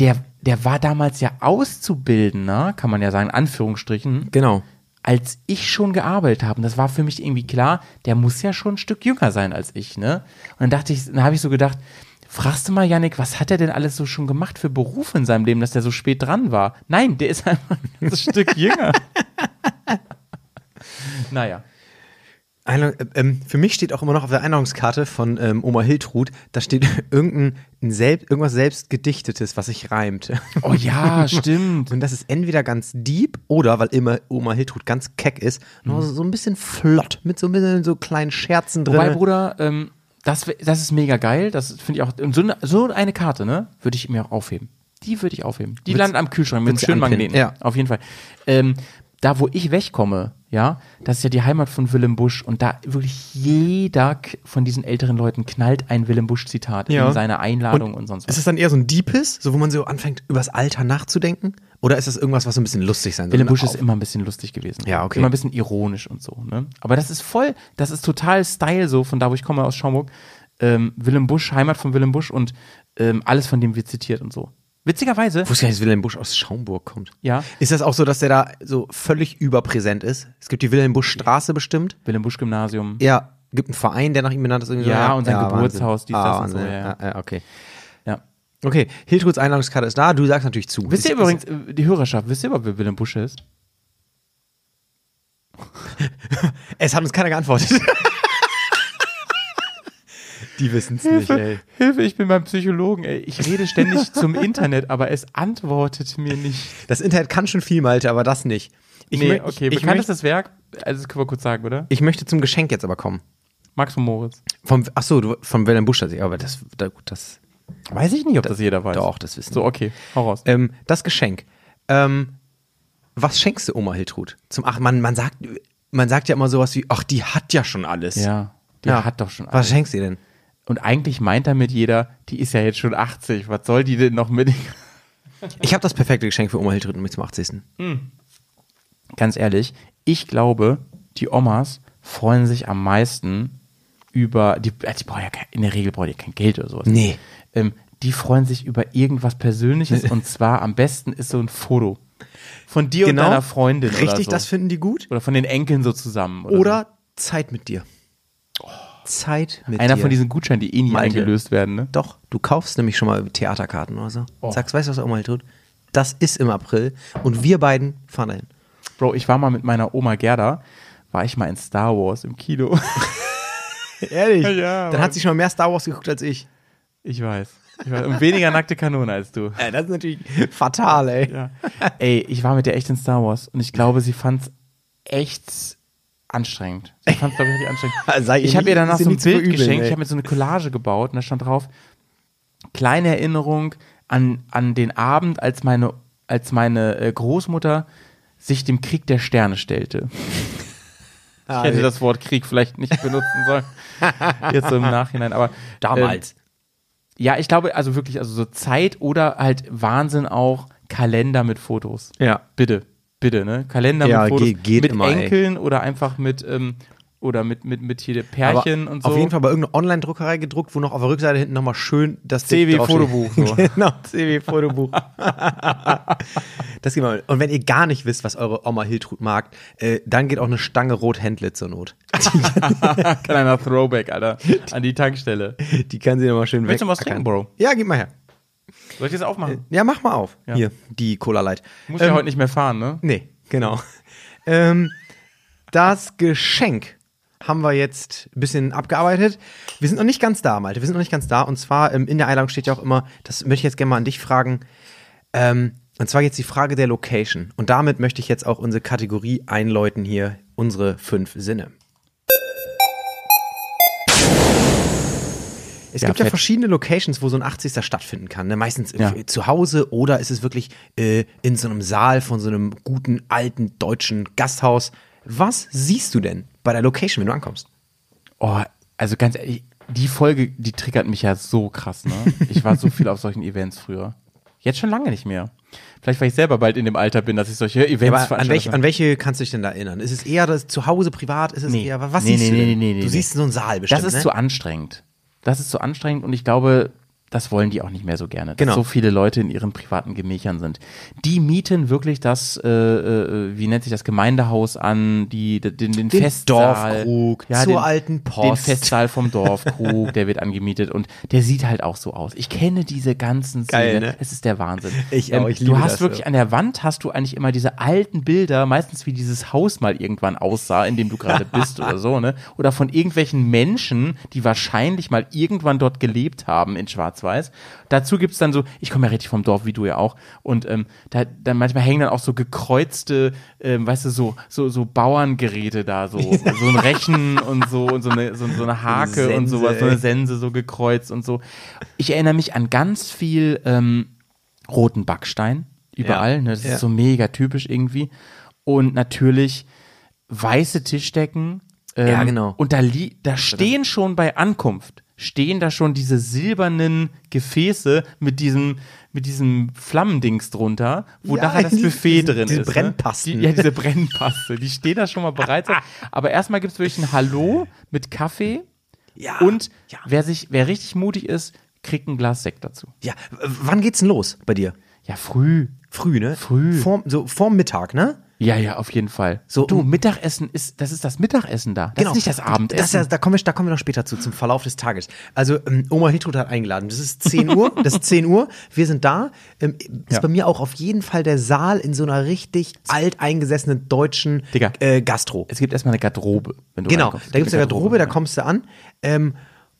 C: der, der war damals ja Auszubildender, kann man ja sagen, in Anführungsstrichen
B: Genau.
C: als ich schon gearbeitet habe, und das war für mich irgendwie klar, der muss ja schon ein Stück jünger sein als ich, ne? Und dann dachte ich, dann habe ich so gedacht, fragst du mal, Yannick, was hat er denn alles so schon gemacht für Berufe in seinem Leben, dass der so spät dran war? Nein, der ist einfach ein Stück jünger. naja.
B: Einladung, äh, ähm, für mich steht auch immer noch auf der Einladungskarte von ähm, Oma Hiltrud, da steht irgendein ein selbst, irgendwas selbst gedichtetes, was sich reimt.
C: Oh ja, stimmt.
B: Und das ist entweder ganz deep oder, weil immer Oma Hiltrud ganz keck ist,
C: Mhm.
B: noch so ein bisschen flott, mit so ein bisschen so kleinen Scherzen drin.
C: Wobei, Bruder, ähm, das, wär- das ist mega geil. Das finde ich auch. Und so, ne, so eine Karte, ne, würde ich mir auch aufheben. Die würde ich aufheben. Die landet am Kühlschrank mit einem
B: würdest du
C: schönen
B: anpinnen,
C: Magneten.
B: ja.
C: Auf jeden Fall. Ähm, da, wo ich wegkomme, ja, das ist ja die Heimat von Willem Busch und da wirklich jeder k- von diesen älteren Leuten knallt ein Willem Busch-Zitat in seine Einladung und, sonst was.
B: Ist es dann eher so ein deepes, so wo man so anfängt, übers Alter nachzudenken? Oder ist das irgendwas, was so ein bisschen lustig sein soll?
C: Willem Busch
B: Auf-
C: ist immer ein bisschen lustig gewesen.
B: Ja, okay.
C: Immer ein bisschen ironisch und so. Ne? Aber das ist voll, das ist total Style so, von da, wo ich komme, aus Schaumburg. Ähm, Willem Busch, Heimat von Willem Busch und ähm, alles von dem wird zitiert und so. Witzigerweise,
B: Ich wusste gar nicht, dass Wilhelm Busch aus Schaumburg kommt.
C: Ja.
B: Ist das auch so, dass der da so völlig überpräsent ist? Es gibt die Wilhelm Busch Straße bestimmt.
C: Willem Busch Gymnasium.
B: Ja, gibt einen Verein, der nach ihm benannt ist. Irgendwie
C: Ja,
B: so.
C: und sein Geburtshaus,
B: Wahnsinn. Ah,
C: dies, das und so,
B: Wahnsinn.
C: ja,
B: ja, okay.
C: Ja.
B: Okay, Hiltruds Einladungskarte ist da, du sagst natürlich zu.
C: Wisst ihr
B: Ist-
C: übrigens, äh, die Hörerschaft, wisst ihr, überhaupt, wer Willem Busch ist?
B: Es hat uns keiner geantwortet. Die wissen es nicht, ey.
C: Hilfe, ich bin beim Psychologen, ey. Ich rede ständig zum Internet, aber es antwortet mir nicht.
B: Das Internet kann schon viel, Malte, aber das nicht. Ich,
C: nee,
B: mö- ich, ich,
C: okay,
B: möchte,
C: bekanntestes Werk, also das können wir kurz sagen, oder?
B: ich möchte zum Geschenk jetzt aber kommen.
C: Max von Moritz.
B: Vom, ach so, du, vom Wilhelm Busch, tatsächlich, aber das, da, gut, das,
C: Weiß ich nicht, ob das jeder weiß.
B: doch, das wissen
C: So,
B: wir.
C: okay, hau raus.
B: ähm, das Geschenk. Ähm, was schenkst du Oma Hiltrud? Zum, ach, man, man sagt, man sagt ja immer sowas wie, ach, die hat ja schon alles.
C: ja, der hat doch schon
B: Was schenkst du ihr denn?
C: Und eigentlich meint damit jeder, die ist ja jetzt schon 80, was soll die denn noch mit?
B: Ich habe das perfekte Geschenk für Oma Hiltrud nämlich zum 80.
C: Ganz ehrlich, ich glaube, die Omas freuen sich am meisten über, die, äh, die brauchen ja kein, in der Regel brauchen die kein Geld oder sowas.
B: Nee.
C: Ähm, die freuen sich über irgendwas Persönliches und zwar am besten ist so ein Foto. Von dir und deiner Freundin. oder
B: Genau. Richtig,
C: so.
B: das finden die gut.
C: Oder von den Enkeln so zusammen. Oder, so.
B: Oder Zeit mit dir. Zeit mit dir.
C: Oh. einer von diesen Gutscheinen, die eh nie
B: Malte.
C: eingelöst werden, ne?
B: Doch, du kaufst nämlich schon mal Theaterkarten oder so.
C: Oh.
B: Sagst, weißt du, was er mal tut? Das ist im April und wir beiden fahren dahin.
C: Bro, ich war mal mit meiner Oma Gerda, war ich mal in Star Wars im Kino.
B: Ehrlich?
C: Ja,
B: Dann hat sie schon mal mehr Star Wars geguckt als ich.
C: Ich weiß. Ich weiß. Und weniger nackte Kanone als du.
B: Ja, Äh, das ist natürlich fatal, ey.
C: Ja. Ey, ich war mit der echt in Star Wars und ich glaube, sie fand's echt anstrengend. Sie fand's, glaube ich, richtig anstrengend.
B: Sei Also, ihr
C: ich habe
B: nie-
C: ihr danach
B: ist ihr
C: so ein
B: nie zu
C: Bild
B: verübeln,
C: geschenkt,
B: ey.
C: ich habe mir so eine Collage gebaut und da stand drauf, kleine Erinnerung an, an den Abend, als meine, als meine äh, Großmutter sich dem Krieg der Sterne stellte. Ich hätte das Wort Krieg vielleicht nicht benutzen sollen. Jetzt so im Nachhinein, aber ähm, ja, ich glaube, also wirklich, also so Zeit oder halt Wahnsinn auch, Kalender mit Fotos.
B: Ja.
C: Bitte, bitte, ne? Kalender
B: Ja,
C: mit Fotos.
B: geht- geht
C: mit
B: immer, ey.
C: Enkeln oder einfach mit, ähm, oder mit, mit, mit hier der Pärchen
B: Aber
C: und so.
B: Auf jeden Fall bei irgendeiner Online-Druckerei gedruckt, wo noch auf der Rückseite hinten nochmal schön das
C: CW
B: Dick draufsteht.
C: Fotobuch, so.
B: genau, CW-Fotobuch. das geht mal. Und wenn ihr gar nicht wisst, was eure Oma Hiltrud mag, äh, dann geht auch eine Stange Rothändle zur Not.
C: Kleiner Throwback, Alter. An die Tankstelle.
B: Die kann sie nochmal schön weg.
C: Willst du was trinken, Bro?
B: Ja, gib mal her.
C: Soll ich das aufmachen?
B: Ja, mach mal auf. Hier, die Cola Light.
C: Muss ja heute nicht mehr fahren, ne?
B: Nee, genau. ähm, das Geschenk haben wir jetzt ein bisschen abgearbeitet. Wir sind noch nicht ganz da, Malte. Wir sind noch nicht ganz da. Und zwar ähm, in der Einladung steht ja auch immer, das möchte ich jetzt gerne mal an dich fragen. Ähm, und zwar jetzt die Frage der Location. Und damit möchte ich jetzt auch unsere Kategorie einläuten hier, unsere fünf Sinne. Es gibt ja
C: fett.
B: verschiedene Locations, wo so ein 80. stattfinden kann. Ne? Meistens
C: Ja.
B: äh, zu Hause oder ist es wirklich äh, in so einem Saal von so einem guten, alten, deutschen Gasthaus. Was siehst du denn bei der Location, wenn du ankommst?
C: Oh, also ganz ehrlich, die Folge, die triggert mich ja so krass, ne? Ich war so viel auf solchen Events früher. Jetzt schon lange nicht mehr. Vielleicht, weil ich selber bald in dem Alter bin, dass ich solche Events
B: Aber an, welch, an welche kannst du dich denn da erinnern? Ist es eher das zu Hause privat? Ist es
C: Nee.
B: eher, was
C: Nee,
B: siehst
C: nee,
B: du denn?
C: nee, nee, nee,
B: du
C: nee.
B: siehst so einen Saal bestimmt,
C: Das ist
B: ne?
C: zu anstrengend. Das ist zu anstrengend und ich glaube, das wollen die auch nicht mehr so gerne, dass
B: Genau.
C: so viele Leute in ihren privaten Gemächern sind. Die mieten wirklich das, äh, äh, wie nennt sich das, Gemeindehaus an, die, den, den, den Festsaal.
B: Dorfkrug, zur alten Post.
C: Den Festsaal vom Dorfkrug, der wird angemietet und der sieht halt auch so aus. Ich kenne diese ganzen
B: Geil,
C: Szenen.
B: ne?
C: Es ist der Wahnsinn. Ähm,
B: Ich auch, ich liebe
C: du hast
B: das,
C: wirklich
B: ja.
C: an der Wand hast du eigentlich immer diese alten Bilder, meistens wie dieses Haus mal irgendwann aussah, in dem du gerade bist oder so, ne? Oder von irgendwelchen Menschen, die wahrscheinlich mal irgendwann dort gelebt haben in Schwarz-Weiß. Dazu gibt's dann so, ich komme ja richtig vom Dorf, wie du ja auch, und ähm, da dann manchmal hängen dann auch so gekreuzte, ähm, weißt du, so, so, so Bauerngeräte da, so, so ein Rechen und so und so eine, so, so eine Hake und
B: Sense,
C: sowas, so eine
B: ey.
C: Sense so gekreuzt und so. Ich erinnere mich an ganz viel. Ähm, roten Backstein überall.
B: Ja.
C: Ne? Das
B: Ja.
C: ist so mega typisch irgendwie. Und natürlich weiße Tischdecken. ähm,
B: Ja, genau.
C: Und da, li da stehen schon bei Ankunft, stehen da schon diese silbernen Gefäße mit diesem, mit diesem Flammendings drunter, wo
B: Ja,
C: nachher das
B: diese-
C: Buffet
B: diese-
C: drin
B: diese
C: ist.
B: Brennpasten.
C: Ne? Die, ja, diese Brennpaste, die stehen da schon mal bereit. Aber erstmal gibt es wirklich ein Hallo mit Kaffee.
B: Ja,
C: und
B: ja.
C: wer sich, wer richtig mutig ist, kriegt ein Glas Sekt dazu.
B: Ja, w- wann geht's denn los bei dir?
C: Ja, früh.
B: Früh, ne?
C: Früh.
B: Vorm, so vorm Mittag, ne?
C: Ja, ja, auf jeden Fall.
B: So,
C: du,
B: um-
C: Mittagessen ist, das ist das Mittagessen da. Das ist nicht das Abendessen.
B: Genau. Das, ist ja- da, kommen wir, da kommen wir noch später zu, zum Verlauf des Tages. Also, ähm, Oma Hiltrud hat eingeladen. Das ist 10 Uhr. Das ist 10 Uhr. Wir sind da. Ähm, ist
C: Ja.
B: bei mir auch auf jeden Fall der Saal in so einer richtig alteingesessenen deutschen
C: Digga.
B: äh, Gastro.
C: es gibt erstmal eine Garderobe, wenn du
B: Genau,
C: reinkommst.
B: da gibt's eine Garderobe, da
C: ja.
B: kommst du an. Ähm,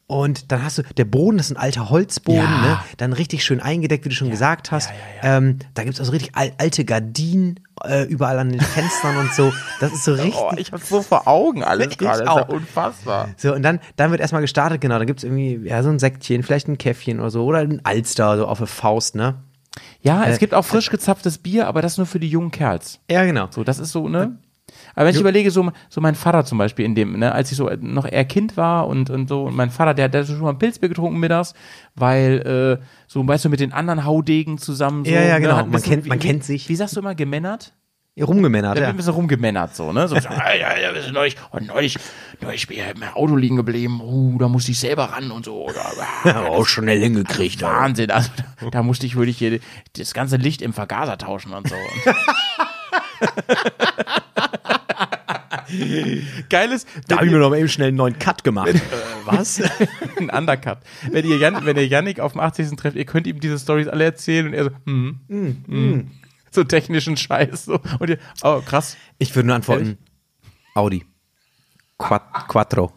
B: und dann hast du, der Boden das ist ein alter Holzboden,
C: Ja.
B: ne? dann richtig schön eingedeckt, wie du schon gesagt hast. Ähm, da gibt's auch so richtig al alte Gardinen äh, überall an den Fenstern und so. Das ist so richtig.
C: Oh, ich hab's so vor Augen alles
B: Ich
C: gerade. Das ist ja
B: auch.
C: unfassbar.
B: So, und dann, dann wird erstmal gestartet, genau. Dann gibt's irgendwie ja, so ein Sektchen, vielleicht ein Käffchen oder so, oder ein Alster, so auf der Faust, ne?
C: Ja, es gibt auch frisch gezapftes Bier, aber das nur für die jungen Kerls.
B: Ja, genau.
C: So, das ist so, ne? Aber wenn ich überlege, so, so mein Vater zum Beispiel, in dem, ne, als ich so noch eher Kind war und, und so, und mein Vater, der, der hat schon mal ein Pilzbier getrunken mittags, weil, äh, so, weißt du, mit den anderen Haudegen zusammen so.
B: Ja, ja, genau.
C: hat ein
B: Man kennt-
C: wie-
B: man
C: wie-
B: kennt sich.
C: Wie sagst du immer, gemännert?
B: Rumgemännert,
C: Da
B: ja.
C: bin ich Also ein bisschen rumgemännert, so, ne? So, so ja, ja, ja, wir sind neulich, und neulich, neulich bin ich im Auto liegen geblieben, uh, da musste ich selber ran und so. Oder, Ah,
B: Aber auch schnell hingekriegt, Alter.
C: Wahnsinn, also da, da musste ich, würde ich hier das ganze Licht im Vergaser tauschen und so. Geiles,
B: Da habe ich mir noch mal eben schnell einen neuen Cut gemacht. äh, was?
C: ein Undercut. Wenn ihr, Jan, wenn ihr Yannick auf dem 80. trefft, ihr könnt ihm diese Stories alle erzählen und er so, hm, hm, hm. So technischen Scheiß. So. Und ihr, oh, krass.
B: Ich würde nur antworten: Audi. Quat Quattro.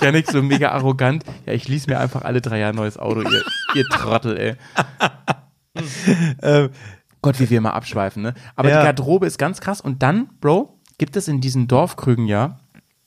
C: Yannick so mega arrogant. Ja, ich ließ mir einfach alle drei Jahre ein neues Auto, ihr, ihr Trottel, ey.
B: Ähm,
C: Gott, wie wir immer abschweifen, ne? Aber
B: Ja.
C: die Garderobe ist ganz krass. Und dann, Bro, gibt es in diesen Dorfkrügen ja,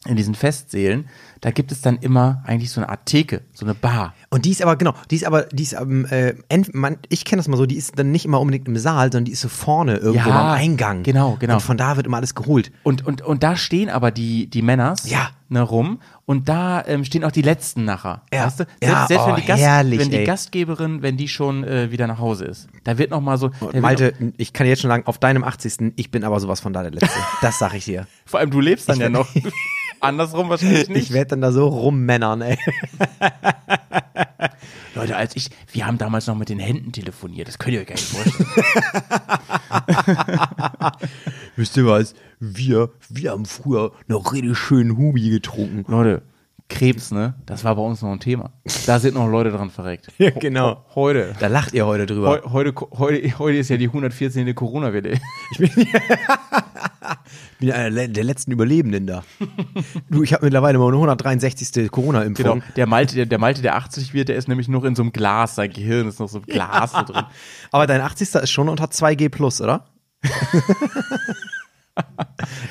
C: in diesen Festsälen, da gibt es dann immer eigentlich so eine Art Theke, so eine Bar.
B: Und die ist aber, genau, die ist aber, die ist am, äh, ent- man, ich kenne das mal so, die ist dann nicht immer unbedingt im Saal, sondern die ist so vorne irgendwo
C: Ja,
B: am Eingang.
C: genau, genau.
B: Und von da wird immer alles geholt.
C: Und, und, und da stehen aber die, die Männers
B: Ja.
C: ne, rum und da ähm, stehen auch die Letzten nachher.
B: Ja.
C: Weißt du? Selbst,
B: Ja,
C: selbst wenn,
B: oh,
C: die, Gast,
B: herrlich,
C: wenn die
B: ey.
C: Gastgeberin, wenn die schon äh, wieder nach Hause ist. Da wird nochmal so. da wird
B: Oh, Malte, ich kann dir jetzt schon sagen, auf deinem 80. Ich bin aber sowas von da der Letzte. Das sag ich dir.
C: noch, vor allem du lebst dann ja noch. Andersrum wahrscheinlich nicht.
B: Ich werde dann da so rummännern, ey.
C: Leute, als ich, wir haben damals noch mit den Händen telefoniert, das könnt ihr euch gar nicht vorstellen.
B: Wisst ihr was? Wir, wir haben früher noch richtig schönen Hubi getrunken.
C: Leute, Krebs, ne? Das war bei uns noch ein Thema. Da sind noch Leute dran verreckt.
B: Ja, genau.
C: Ho- Heute.
B: Da lacht ihr heute
C: Heu-
B: drüber.
C: Heute, heute, heute ist ja die 114. Corona-Welle.
B: Ich bin einer le- der letzten Überlebenden da. du, ich habe mittlerweile meine 163. Corona-Impfung.
C: Genau. Der Malte, der, der Malte, der 80 wird, der ist nämlich noch in so einem Glas. Sein Gehirn ist noch so ein Glas da drin.
B: Aber dein 80. ist schon unter 2G plus, oder?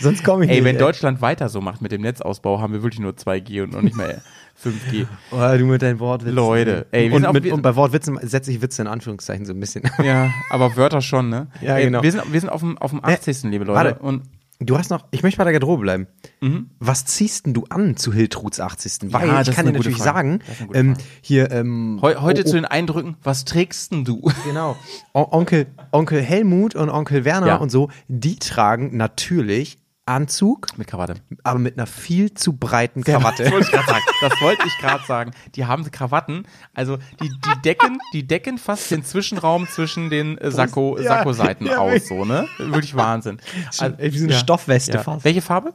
B: Sonst komme ich
C: Ey,
B: nicht.
C: wenn Deutschland weiter so macht mit dem Netzausbau, haben wir wirklich nur 2G und noch nicht mehr 5G.
B: Oh, du mit deinen Wortwitzen.
C: Leute, ey, wir
B: und,
C: sind auch-
B: mit,
C: wir-
B: und bei Wortwitzen setze ich Witze in Anführungszeichen so ein bisschen.
C: Ja, aber Wörter schon, ne?
B: Ja,
C: Ey,
B: genau.
C: Wir sind, wir sind auf dem, auf dem 80. liebe Leute.
B: warte.
C: Und
B: Du hast noch, ich möchte bei der Garderobe bleiben. Was ziehst denn du an zu Hiltruds 80.? Weil
C: Mhm. das
B: ich
C: ist
B: kann dir
C: eine gute
B: natürlich
C: Frage.
B: sagen,
C: Das ist eine gute
B: ähm,
C: Frage.
B: hier, ähm,
C: heu, heute
B: oh,
C: zu den Eindrücken, was trägst denn du?
B: oh, genau, O- Onkel, Onkel Helmut und Onkel Werner
C: Ja.
B: und so, die tragen natürlich Anzug,
C: Mit Krawatte.
B: aber mit einer viel zu breiten Krawatte.
C: Das wollte ich gerade sagen. Das wollte ich gerade sagen. Die haben Krawatten, also die, die decken, die decken fast den Zwischenraum zwischen den äh, Sakko,
B: Ja,
C: Sakko-Seiten
B: ja,
C: aus,
B: wirklich.
C: so, ne? Wirklich Wahnsinn. Also,
B: Ey, wie so eine Stoffweste fast.
C: Welche Farbe?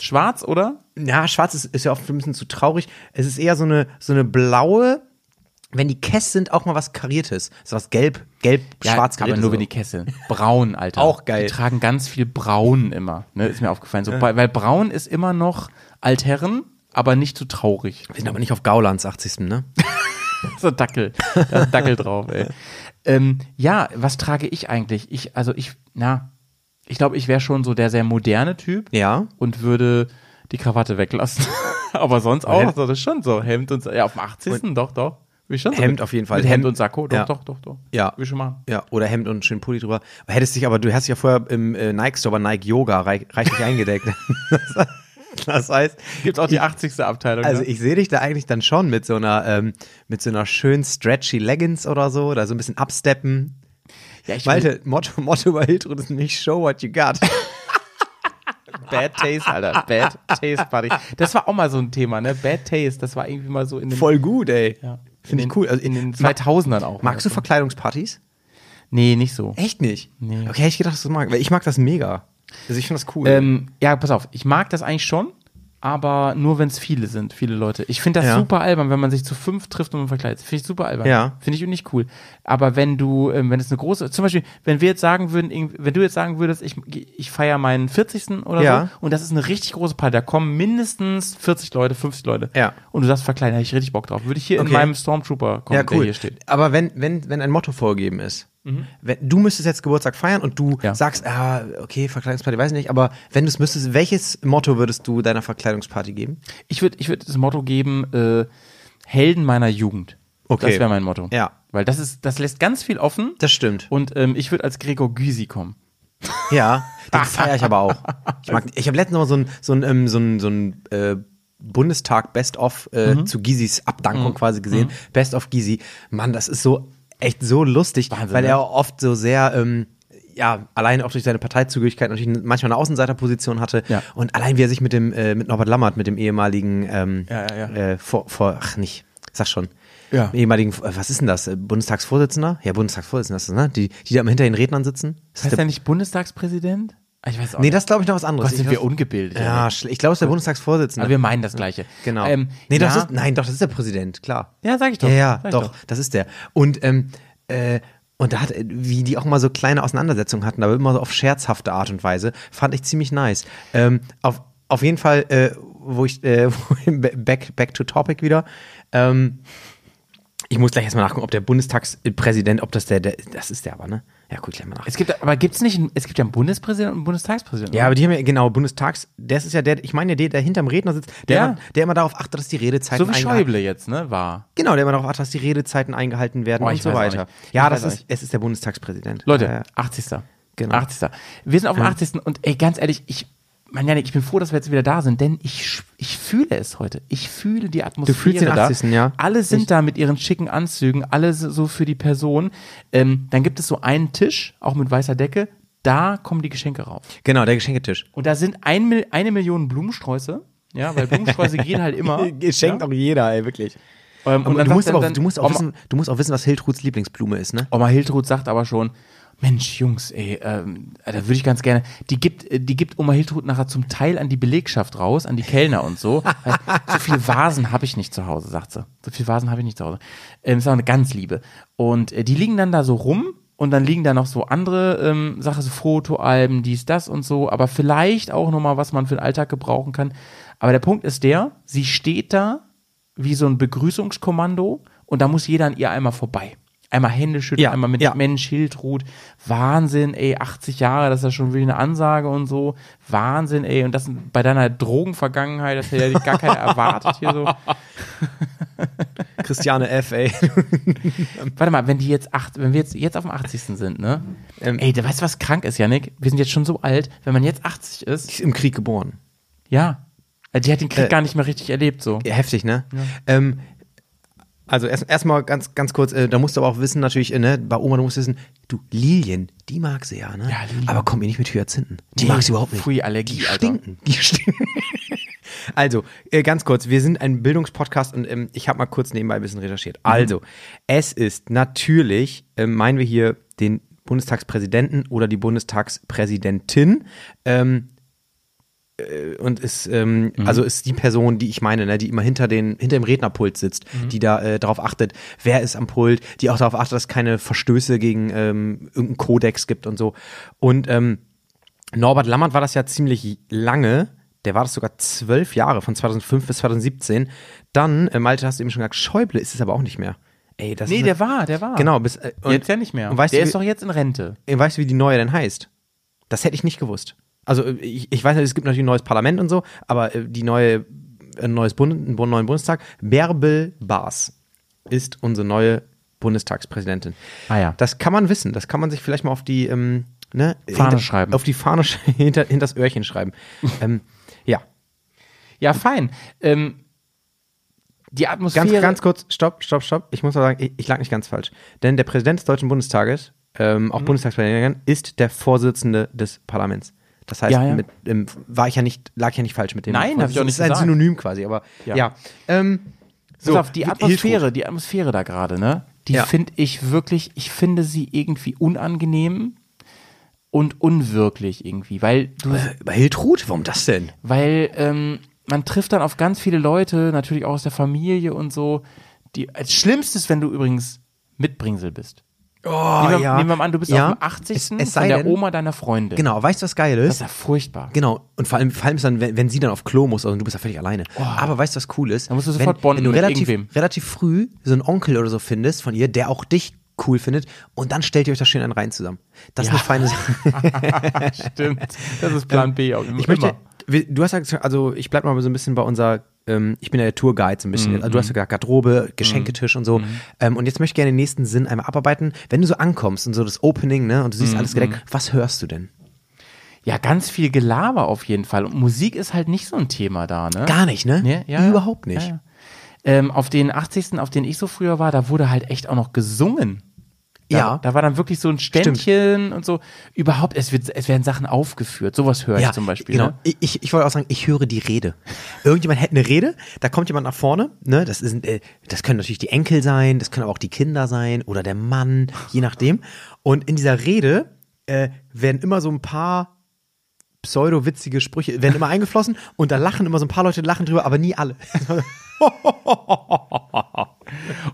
C: Schwarz, oder?
B: Ja, schwarz ist, ist ja oft ein bisschen zu traurig. Es ist eher so eine, so eine blaue, wenn die Kess sind, auch mal was Kariertes. So was gelb, gelb, schwarz
C: aber nur wenn die Kessel. Braun, Alter.
B: Auch geil.
C: Die tragen ganz viel Braun immer, ne? Ist mir aufgefallen. So, weil, weil Braun ist immer noch Altherren, aber nicht zu traurig.
B: Wir sind aber nicht auf Gaulands 80. ne?
C: so Dackel. Da ist Dackel drauf, ey. Ähm, ja, was trage ich eigentlich? Ich, also ich, na, ich glaube, ich wäre schon so der sehr moderne Typ.
B: Ja.
C: Und würde die Krawatte weglassen. Aber sonst auch, so, das ist schon so. Hemd und, ja, auf dem 80. doch, doch. Will ich schon so
B: Hemd
C: mit-
B: auf jeden Fall.
C: Mit Hemd
B: Hemd-
C: und Sakko, doch,
B: Ja.
C: doch, doch, doch.
B: Ja.
C: Will ich schon machen.
B: Ja, oder Hemd und einen schönen Pulli drüber. Hättest dich aber, du hast dich ja vorher im äh, Nike-Store bei Nike Yoga reich, reichlich eingedeckt. Das- das heißt,
C: Gibt's auch die 80. Abteilung.
B: also
C: ne?
B: ich sehe dich da eigentlich dann schon mit so einer, ähm, mit so einer schönen stretchy Leggings oder so, da so ein bisschen absteppen.
C: ja, ich will-
B: Malte, Motto, Motto bei Hiltrud ist nicht show what you got.
C: Bad Taste, Alter. Bad Taste, Buddy. Das war auch mal so ein Thema, ne? Bad Taste, das war irgendwie mal so in den,
B: Voll gut, ey.
C: ja,
B: Finde
C: in
B: ich cool. Also,
C: in den
B: ma-
C: 2000ern auch. ne?
B: magst du Verkleidungspartys?
C: Nee, nicht so.
B: Echt nicht?
C: Nee.
B: Okay, hätte ich gedacht, dass du das magst. Weil ich mag das mega. Also ich finde das cool.
C: Ähm, ja, pass auf, ich mag das eigentlich schon, aber nur wenn es viele sind, viele Leute. Ich finde das
B: Ja.
C: super albern, wenn man sich zu fünf trifft und man verkleidet. Finde ich super albern.
B: Ja.
C: Finde ich nicht cool. Aber wenn du, ähm, wenn es eine große, zum Beispiel, wenn wir jetzt sagen würden, irgend- wenn du jetzt sagen würdest, ich, ich feiere meinen 40. oder
B: Ja.
C: so, und das ist eine richtig große Party, da kommen mindestens 40 Leute, 50 Leute.
B: Ja.
C: Und du sagst verkleiden, da hätte ich richtig Bock drauf. Würde ich hier in
B: Okay.
C: meinem Stormtrooper kommen,
B: ja,
C: der
B: cool.
C: hier steht. Mhm.
B: Aber wenn, wenn, wenn ein Motto vorgegeben ist, wenn, du müsstest jetzt Geburtstag feiern und du
C: Ja.
B: sagst, ah, okay, Verkleidungsparty, weiß ich nicht, aber wenn du es müsstest, welches Motto würdest du deiner Verkleidungsparty geben?
C: Ich würde ich würd das Motto geben, äh, Helden meiner Jugend.
B: Okay.
C: Das wäre mein Motto.
B: Ja.
C: Weil das ist, das lässt ganz viel offen.
B: Das stimmt.
C: Und ähm, ich würde als Gregor Gysi kommen.
B: Ja, den feiere ich aber auch. Ich, mag- ich habe letztens noch so ein, so ein, ähm, so ein, so ein äh, Bundestag Best of äh,
C: Mhm.
B: zu Gisis Abdankung quasi gesehen. Best of Gysi. Mann, das ist so echt so lustig,
C: Wahnsinn,
B: weil
C: ne?
B: er oft so sehr ähm, ja, allein auch durch seine Parteizugehörigkeit natürlich manchmal eine Außenseiterposition hatte
C: Ja.
B: und allein wie er sich mit dem äh, mit Norbert Lammert, mit dem ehemaligen ähm,
C: Ja, ja, ja.
B: Äh, vor, vor ach nicht, sag schon.
C: Ja.
B: Ehemaligen, äh, was ist denn das? Äh, Bundestagsvorsitzender? Ja, Bundestagsvorsitzender ist das, ne? Die, die da hinter den Rednern sitzen. Das
C: Heißt er nicht Bundestagspräsident? Ah, Ich weiß auch
B: Nee,
C: nicht.
B: das glaube ich noch was anderes.
C: Gott, sind
B: ich
C: wir
B: glaub-
C: ungebildet.
B: Ja, schl- ich glaube, es ist der Bundestagsvorsitzende.
C: Aber wir meinen das Gleiche.
B: genau.
C: Ähm,
B: nee,
C: ja,
B: das ist, nein, doch, das ist der Präsident, klar.
C: Ja, sag ich doch.
B: Ja, ja,
C: Sag ich
B: doch,
C: doch.
B: das ist der. Und, ähm, äh, und da hat, äh, wie die auch mal so kleine Auseinandersetzungen hatten, aber immer so auf scherzhafte Art und Weise, fand ich ziemlich nice. Ähm, auf, auf jeden Fall, äh, wo ich, äh, back, back to topic wieder, ähm, Ich muss gleich erstmal nachgucken, ob der Bundestagspräsident, ob das der, der das ist der aber, ne? Ja, gut, gleich mal nach.
C: Es gibt, aber gibt's nicht, einen- es gibt ja einen Bundespräsidenten und einen Bundestagspräsidenten.
B: Ja, aber die haben ja, genau, Bundestags, das ist ja der, ich meine, der, der hinterm Redner sitzt, der,
C: Ja.
B: immer, der immer darauf achtet, dass die Redezeiten
C: so wie
B: eingehalten-
C: Schäuble jetzt, ne? War.
B: Genau, der immer darauf achtet, dass die Redezeiten eingehalten werden
C: Boah,
B: und
C: ich
B: so
C: weiß
B: weiter.
C: auch nicht. Ich
B: Ja, das
C: weiß auch
B: ist,
C: nicht.
B: es ist der Bundestagspräsident.
C: Leute,
B: Ja, ja.
C: 80.
B: Genau.
C: 80. Wir sind auf dem 80. Und ey, ganz ehrlich, ich, mein Janik, ich bin froh, dass wir jetzt wieder da sind, denn ich, sch- ich fühle es heute. Ich fühle die Atmosphäre.
B: fühlst den
C: da.
B: 80., ja.
C: Alle sind da mit ihren schicken Anzügen, alle so- so für die Person. Ähm, dann gibt es so einen Tisch, auch mit weißer Decke, da kommen die Geschenke rauf.
B: genau, der Geschenketisch.
C: Und da sind ein, Mil- eine Million Blumensträuße. Ja, weil Blumensträuße gehen halt immer.
B: Schenkt
C: ja?
B: auch jeder, ey, wirklich.
C: Ähm,
B: Und,
C: dann
B: du,
C: sagt
B: musst
C: dann-
B: aber, auch-
C: dann
B: du, musst auch
C: Oma-
B: wissen, du musst auch wissen, was Hiltruds Lieblingsblume ist, ne?
C: Oma Hiltrud sagt aber schon, Mensch, Jungs, ey, ähm, da würde ich ganz gerne. Die gibt, äh, die gibt Oma Hiltrud nachher zum Teil an die Belegschaft raus, an die Kellner und so. Weil so viele Vasen habe ich nicht zu Hause, sagt sie. So viele Vasen habe ich nicht zu Hause. Ähm, ist auch eine ganz Liebe. Und äh, die liegen dann da so rum und dann liegen da noch so andere ähm, Sachen, so Fotoalben, dies, das und so. Aber vielleicht auch nochmal, was man für den Alltag gebrauchen kann. Aber der Punkt ist der, sie steht da wie so ein Begrüßungskommando und da muss jeder an ihr einmal vorbei. Einmal Hände schütteln,
B: Ja,
C: einmal mit
B: ja.
C: Mensch, Hildruth. Wahnsinn, ey, 80 Jahre, das ist ja schon wieder eine Ansage und so. Wahnsinn, ey, und das bei deiner Drogenvergangenheit, das hätte ja gar keiner erwartet hier so.
B: Christiane F., ey.
C: Warte mal, wenn die jetzt acht, wenn wir jetzt, jetzt auf dem 80. sind, ne?
B: Ähm.
C: ey, da weißt du, was krank ist, Janik? Wir sind jetzt schon so alt, wenn man jetzt 80 ist,
B: Ist Im Krieg geboren.
C: ja. Also Die hat den Krieg
B: Äh,
C: gar nicht mehr richtig erlebt, so.
B: Ja, heftig, ne? Ähm, also erst- erstmal ganz, ganz kurz, äh, da musst du aber auch wissen, natürlich, äh, ne, bei Oma, du musst wissen, du, Lilien, die mag sie ja, ne?
C: Ja, Lilien.
B: aber komm ihr nicht mit Hyazinthen. Die
C: Nee,
B: mag sie überhaupt nicht.
C: pfui, Allergie,
B: die
C: Alter.
B: stinken. Die stinken. Also, äh, ganz kurz, wir sind ein Bildungspodcast und ähm, ich habe mal kurz nebenbei ein bisschen recherchiert.
C: Mhm.
B: Also, es ist natürlich, ähm, meinen wir hier den Bundestagspräsidenten oder die Bundestagspräsidentin, Ähm, und ist ähm,
C: Mhm.
B: also ist die Person, die ich meine, ne, die immer hinter den hinter dem Rednerpult sitzt,
C: Mhm.
B: die da äh, darauf achtet, wer ist am Pult, die auch darauf achtet, dass es keine Verstöße gegen ähm, irgendeinen Kodex gibt und so. Und ähm, Norbert Lammert war das ja ziemlich lange. Der war das sogar zwölf Jahre, von 2005 bis 2017. Dann, äh, Malte, hast du eben schon gesagt, Schäuble ist es aber auch nicht mehr. Ey, das
C: Nee,
B: ist
C: der war, der war.
B: Genau, bis, äh, und-
C: jetzt ja nicht mehr.
B: Und weißt
C: der
B: du,
C: ist doch jetzt in Rente.
B: Ey, Äh, Weißt du, wie die neue denn heißt? Das hätte ich nicht gewusst. Also äh, ich, ich weiß nicht, es gibt natürlich ein neues Parlament und so, aber äh, die neue, ein neues Bund, einen bu- neuen Bundestag, Bärbel Baas ist unsere neue Bundestagspräsidentin.
C: Ah ja.
B: Das kann man wissen, das kann man sich vielleicht mal auf die ähm, ne,
C: Fahne
B: hinter,
C: schreiben.
B: Auf die Fahne sch- hinter, hinters Öhrchen schreiben. ähm, ja,
C: Ja, fein. Ähm, die Atmosphäre.
B: ganz, ganz kurz, stopp, stopp, stopp. Ich muss mal sagen, ich, ich lag nicht ganz falsch. Denn der Präsident des Deutschen Bundestages, ähm,
C: Mhm.
B: auch Bundestagspräsident, ist der Vorsitzende des Parlaments. Das heißt,
C: Ja, ja.
B: Mit, ähm, war ich ja nicht, lag ich ja nicht falsch mit dem.
C: Nein, hab ich auch
B: Das
C: nicht
B: ist ein
C: gesagt.
B: Synonym quasi, aber ja.
C: Ja.
B: Ähm,
C: so, auf die
B: Hiltrud.
C: Atmosphäre, die Atmosphäre da gerade, ne? Die
B: Ja.
C: finde ich wirklich, ich finde sie irgendwie unangenehm und unwirklich irgendwie, weil du,
B: Bei Äh, Hiltrud, warum das denn?
C: weil ähm, man trifft dann auf ganz viele Leute, natürlich auch aus der Familie und so. Die, als Schlimmstes, wenn du übrigens Mitbringsel bist.
B: Oh,
C: nehmen, wir, nehmen wir mal an, du bist
B: ja.
C: auf dem 80.
B: Es, es sei
C: von der
B: denn,
C: Oma deiner Freundin.
B: Genau, weißt du, was geil ist?
C: Das ist ja furchtbar.
B: Genau, und vor allem, vor allem ist dann, wenn, wenn sie dann auf Klo muss, also du bist ja völlig alleine. Aber weißt du, was cool ist?
C: Dann musst du
B: Wenn-
C: sofort bonden
B: wenn du
C: mit
B: relativ,
C: irgendwem.
B: relativ früh so einen Onkel oder so findest von ihr, der auch dich cool findet, und dann stellt ihr euch da schön einen rein zusammen. Das ist eine feine Sache.
C: Stimmt. Das ist Plan B auch immer.
B: Genau. Ähm, Ich möchte, wir- du hast ja gesagt, also ich bleib mal so ein bisschen bei unser, ähm, ich bin ja der Tourguide so ein
C: Mhm,
B: bisschen. Also du hast ja gesagt, Garderobe, Geschenketisch und so. Ähm, und jetzt möchte ich gerne den nächsten Sinn einmal abarbeiten. Wenn du so ankommst und so das Opening, ne, und du
C: Mhm,
B: siehst alles gedeckt, was hörst du denn?
C: Ja, ganz viel Gelaber auf jeden Fall. Und Musik ist halt nicht so ein Thema da, ne?
B: Gar nicht, ne?
C: Nee, ja,
B: Überhaupt
C: ja,
B: nicht.
C: Ah, ja. Ähm, auf den 80. auf den ich so früher war, da wurde halt echt auch noch gesungen. Da,
B: Ja.
C: Da war dann wirklich so ein Ständchen und so. Überhaupt, es, wird, es werden Sachen aufgeführt. Sowas höre ich zum Beispiel.
B: Genau.
C: Ne?
B: Ich, ich, ich wollte auch sagen, ich höre die Rede. Irgendjemand hält eine Rede, da kommt jemand nach vorne, ne? Das ist, äh, das können natürlich die Enkel sein, das können aber auch die Kinder sein oder der Mann, je nachdem. Und in dieser Rede äh, werden immer so ein paar pseudo-witzige Sprüche werden immer eingeflossen und da lachen immer so ein paar Leute lachen drüber, aber nie alle.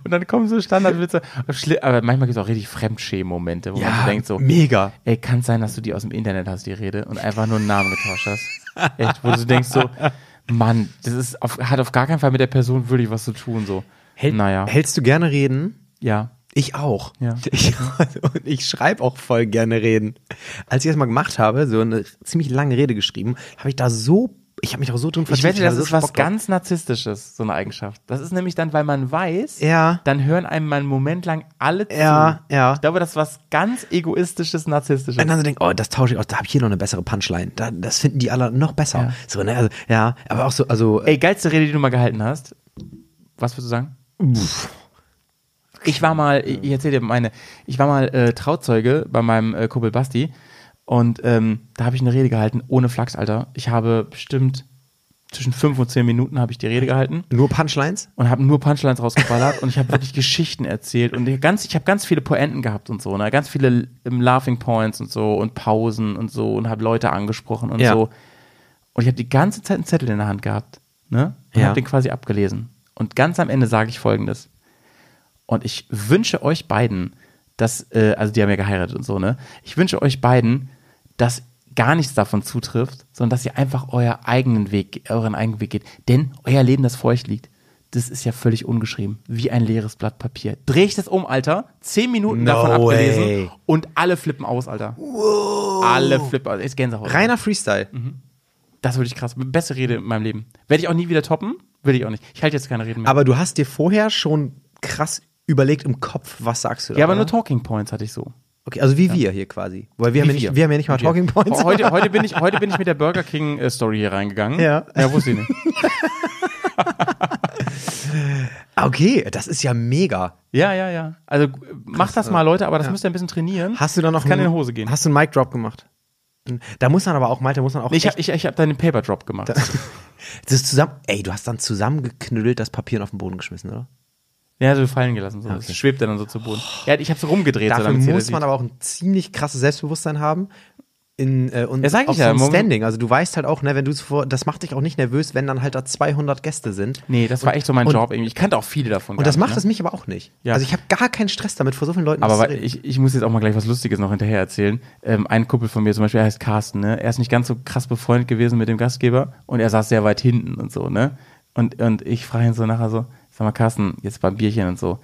C: Und dann kommen so Standardwitze. Schli- Aber manchmal gibt es auch richtig Fremdschämen-Momente, wo man so denkt so,
B: mega.
C: Ey, kann sein, dass du die aus dem Internet hast, die Rede, und einfach nur einen Namen getauscht hast. Echt, wo du denkst so, Mann, das ist auf, hat auf gar keinen Fall mit der Person wirklich was zu tun, so.
B: Hält,
C: Naja.
B: Hältst du gerne reden?
C: Ja.
B: Ich auch.
C: Ja.
B: Ich, und ich schreibe auch voll gerne reden. Als ich das mal gemacht habe, so eine ziemlich lange Rede geschrieben, habe ich da so, ich habe mich auch so drin
C: Ich
B: vertieft,
C: wette, das
B: hatte
C: ist
B: so
C: was
B: also Bock drauf.
C: ganz Narzisstisches, so eine Eigenschaft. Das ist nämlich dann, weil man weiß,
B: Ja.
C: dann hören einem mal einen Moment lang alle zu.
B: Ja, ja.
C: Ich glaube, das ist was ganz egoistisches, narzisstisches.
B: Und dann so denkt, oh, das tausche ich aus, da habe ich hier noch eine bessere Punchline. Da, das finden die alle noch besser.
C: Ja.
B: So, ne, also, ja, aber auch so, also,
C: Ey, geilste Rede, die du mal gehalten hast. Was würdest du sagen? Ich war mal, ich erzähle dir meine, ich war mal äh, Trauzeuge bei meinem äh, Kumpel Basti und ähm, da habe ich eine Rede gehalten, ohne Flachs, Alter. Ich habe bestimmt zwischen fünf und zehn Minuten habe ich die Rede gehalten
B: nur Punchlines?
C: und habe nur Punchlines rausgeballert und ich habe wirklich Geschichten erzählt und ich ganz, ich habe ganz viele Poenten gehabt und so, ne? ganz viele ähm, Laughing Points und so und Pausen und so und habe Leute angesprochen und
B: Ja.
C: so. Und ich habe die ganze Zeit einen Zettel in der Hand gehabt ne? und
B: Ja.
C: habe den quasi abgelesen. Und ganz am Ende sage ich folgendes. Und ich wünsche euch beiden, dass, äh, also die haben ja geheiratet und so, ne? Ich wünsche euch beiden, dass gar nichts davon zutrifft, sondern dass ihr einfach euer eigenen Weg, euren eigenen Weg geht. Denn euer Leben, das vor euch liegt, das ist ja völlig ungeschrieben, wie ein leeres Blatt Papier. Dreh ich das um, Alter, zehn Minuten
B: No
C: davon abgelesen
B: way.
C: und alle flippen aus, Alter. Alle flippen aus. Ist Gänsehaut.
B: Reiner Freestyle.
C: Mhm. Das würde ich krass. Beste Rede in meinem Leben. Werde ich auch nie wieder toppen? Will ich auch nicht. Ich halte jetzt keine Reden mehr.
B: Aber du hast dir vorher schon krass überlegt im Kopf, was sagst du da?
C: ja, aber nur
B: oder?
C: Talking Points hatte ich so.
B: Okay, also wie wir hier quasi. Weil wir, haben, ja nicht, wir haben ja nicht mal Talking Points.
C: Oh, Heute, heute, bin ich, heute bin ich mit der Burger King äh, Story hier reingegangen.
B: Ja.
C: Ja, wusste ich nicht.
B: Ah, Okay, das ist ja mega.
C: Ja, ja, ja. Also g- macht das mal, Leute, aber das müsst ihr ein bisschen trainieren.
B: Hast du dann noch
C: das kann in
B: einen-
C: die Hose gehen.
B: Hast du einen Mic Drop gemacht? Da muss man aber auch, Malte, muss man auch
C: Nee, ich
B: echt-
C: habe ich, ich hab deinen Paper Drop gemacht.
B: das ist zusammen, ey, du hast dann zusammengeknüttelt das Papier und auf den Boden geschmissen, oder?
C: Ja, Oh. so fallen gelassen. So. Das schwebt dann so zu Boden. Ja, ich habe so rumgedreht. so,
B: Dafür
C: damit's jeder
B: muss man
C: sieht.
B: aber auch ein ziemlich krasses Selbstbewusstsein haben. In, äh, und
C: Ja, sag ich
B: auf
C: ja,
B: so ein
C: Moment-
B: Standing. Also du weißt halt auch, ne, wenn du es vor, das macht dich auch nicht nervös, wenn dann halt da 200 Gäste sind.
C: Nee, das war echt so mein
B: und-
C: Job irgendwie. Ich kannte auch viele davon.
B: Und das macht
C: ne?
B: es mich aber auch nicht.
C: Ja.
B: Also ich habe gar keinen Stress damit, vor so vielen Leuten
C: Aber
B: was
C: wa-
B: zu reden.
C: ich, ich muss jetzt auch mal gleich was Lustiges noch hinterher erzählen. Ähm, ein Kumpel von mir zum Beispiel, er heißt Carsten, ne? Er ist nicht ganz so krass befreundet gewesen mit dem Gastgeber und er saß sehr weit hinten und so, ne? Und, und ich frage ihn so nachher so, sag mal, Carsten, jetzt beim Bierchen und so,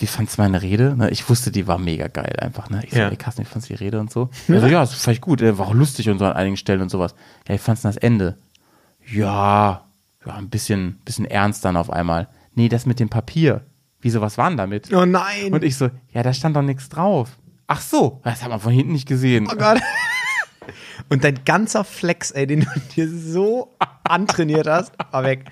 C: wie fandst du meine Rede? Ne? Ich wusste, die war mega geil einfach, ne? Ich so,
B: Ja.
C: ey Carsten, wie fandst du die Rede und so? Er so, ja, ist vielleicht gut, äh, war auch lustig und so an einigen Stellen und sowas. Ja, wie fandst du das Ende? Ja, ja, ein bisschen, bisschen ernst dann auf einmal. Nee, das mit dem Papier. Wieso, was war denn damit?
B: oh nein!
C: Und ich so, ja, da stand doch nichts drauf. Ach so, das hat man von hinten nicht gesehen.
B: oh Gott. und dein ganzer Flex, ey, den du dir so antrainiert hast, war weg.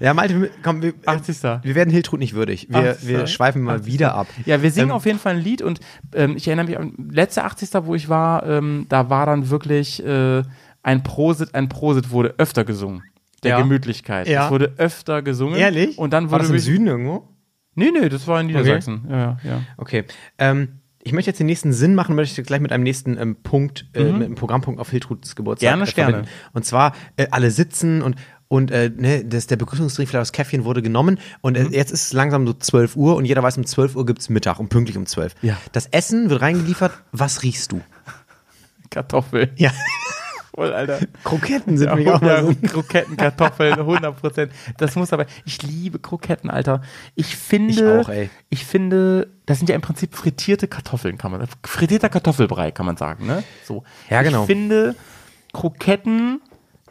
B: Ja, Malte, komm, wir,
C: 80.
B: wir werden Hiltrud nicht würdig. Wir,
C: 80.
B: wir schweifen mal wieder ab.
C: Ja, wir singen
B: Ähm,
C: auf jeden Fall ein Lied und ähm, ich erinnere mich an letzte 80. wo ich war, ähm, da war dann wirklich äh, ein Prosit, ein Prosit wurde öfter gesungen. Der
B: Ja.
C: Gemütlichkeit.
B: Ja.
C: Es wurde öfter gesungen.
B: Ähm, Ehrlich?
C: Und dann
B: War
C: wurde
B: das im
C: wirklich-
B: Süden irgendwo?
C: Nee, nee, das war in Niedersachsen. Ja, ja, ja.
B: Okay. Ähm, ich möchte jetzt den nächsten Sinn machen, möchte ich gleich mit einem nächsten ähm, Punkt, äh, mit einem Programmpunkt auf Hiltruds Geburtstag.
C: Gerne,
B: äh, verbinden.
C: gerne.
B: Und zwar äh, alle sitzen und und äh, ne, das, der Begrüßungsbrief das Käffchen wurde genommen und äh, jetzt ist es langsam so 12 Uhr und jeder weiß, um 12 Uhr gibt's Mittag und pünktlich um 12.
C: Ja.
B: Das Essen wird reingeliefert, was riechst du?
C: Kartoffel.
B: Ja,
C: Voll, Alter.
B: Kroketten sind
C: Ja,
B: mir auch
C: ja,
B: mal so.
C: Kroketten, Kartoffeln, 100 Prozent. Das muss aber, ich liebe Kroketten, Alter. Ich finde,
B: Ich auch, ey.
C: ich finde, das sind ja im Prinzip frittierte Kartoffeln, kann man, frittierter Kartoffelbrei, kann man sagen, ne? So.
B: Ja, genau.
C: Ich finde, Kroketten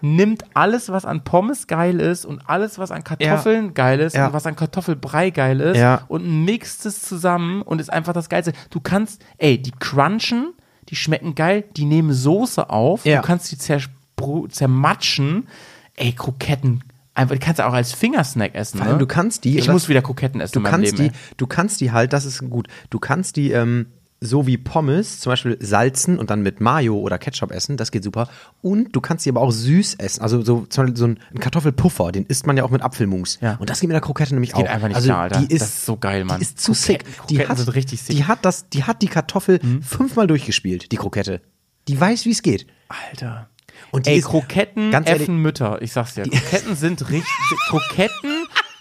C: nimmt alles, was an Pommes geil ist und alles, was an Kartoffeln geil ist
B: Ja.
C: und was an Kartoffelbrei geil ist
B: Ja.
C: und mixt es zusammen und ist einfach das Geilste. Du kannst, ey, die crunchen, die schmecken geil, die nehmen Soße auf,
B: Ja.
C: du kannst die zerspru- zermatschen. Ey, Kroketten, einfach, die kannst du auch als Fingersnack essen.
B: Vor allem,
C: ne?
B: du kannst die-
C: Ich
B: das-
C: muss wieder Kroketten essen
B: Du
C: in meinem
B: kannst
C: Leben.
B: die, du kannst die halt, das ist gut. Du kannst die ähm, so wie Pommes zum Beispiel salzen und dann mit Mayo oder Ketchup essen, das geht super. Und du kannst die aber auch süß essen, also so zum Beispiel so ein ein Kartoffelpuffer, den isst man ja auch mit Apfelmus.
C: Ja.
B: Und das geht mit der Krokette nämlich
C: geht
B: auch.
C: einfach nicht
B: also
C: klar, Alter.
B: die ist
C: Das ist so geil, Mann.
B: Die ist zu sick.
C: Kroketten-
B: Die
C: Kroketten
B: hat,
C: sind richtig sick. Mhm.
B: Die hat das, die hat die Kartoffel fünfmal durchgespielt, die Krokette. Die weiß, wie es geht.
C: ey. Alter.
B: Und die
C: Ey,
B: ist-
C: Kroketten
B: ganz ehrlich-
C: effen Mütter. Ich sag's dir. Kroketten sind richtig. Kroketten,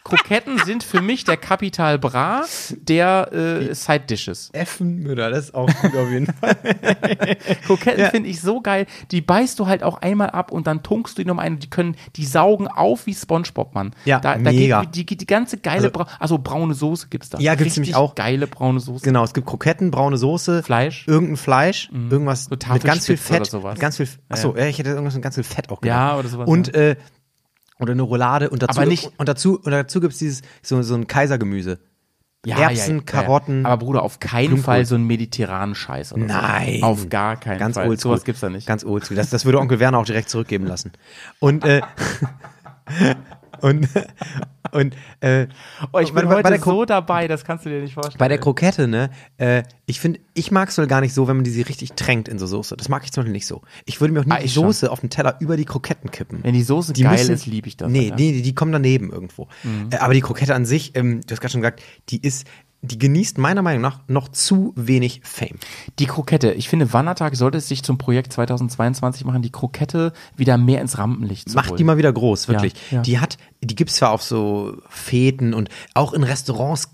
C: Kroketten sind für mich der Capital Bra der äh, Side Dishes.
B: Effenmüller, das ist auch gut auf jeden Fall.
C: Kroketten finde ich so geil. Die beißt du halt auch einmal ab und dann tunkst du die nochmal ein. Die können, die saugen auf wie SpongeBob, Mann.
B: Ja,
C: da, da
B: mega.
C: Geht, die, die, die ganze geile, also, also braune Soße gibt's da.
B: Ja, gibt's nämlich
C: Richtig
B: auch.
C: Geile braune Soße.
B: Genau, es gibt Kroketten, braune Soße,
C: Fleisch. Mhm.
B: irgendein Fleisch, irgendwas mit ganz viel
C: Tafelspitze
B: Fett,
C: oder sowas.
B: mit ganz viel. Achso, ja. ich hätte irgendwas mit ganz viel Fett auch
C: Ja,
B: gedacht.
C: oder sowas,
B: Und äh, oder eine Roulade und dazu
C: Aber nicht-
B: und dazu und dazu gibt's dieses so, so ein Kaisergemüse. Erbsen, Karotten.
C: Aber Bruder, auf keinen
B: Blumenkohl.
C: Fall so einen mediterranen Scheiß. Oder
B: Nein.
C: So. Auf gar keinen
B: Ganz
C: Fall.
B: oldschool.
C: Sowas gibt's da nicht.
B: Ganz oldschool. Das, das würde Onkel Werner auch direkt zurückgeben lassen. Und äh, und und äh,
C: Oh, ich bin
B: bei- bei
C: heute
B: der Kro-
C: so dabei, das kannst du dir nicht vorstellen.
B: Bei der Krokette, ne? Äh, ich finde, ich mag es wohl gar nicht so, wenn man die richtig tränkt in so Soße. Das mag ich zum Beispiel nicht so. Ich würde mir auch nie
C: Ah,
B: die
C: ich schon.
B: Soße auf den Teller über die Kroketten kippen.
C: Wenn die Soße geil ist, lieb ich das,
B: Nee,
C: Alter. Mhm.
B: nee, die, die kommen daneben irgendwo. Äh, aber die Krokette an sich, ähm, du hast gerade schon gesagt, die ist, die genießt meiner Meinung nach noch zu wenig Fame.
C: die Krokette. Ich finde, Wannertag sollte es sich zum Projekt 2022 machen, die Krokette wieder mehr ins Rampenlicht zu
B: Macht
C: holen.
B: die mal wieder groß, wirklich.
C: Ja, ja.
B: Die hat, die gibt's zwar auf so Fäden und auch in Restaurants,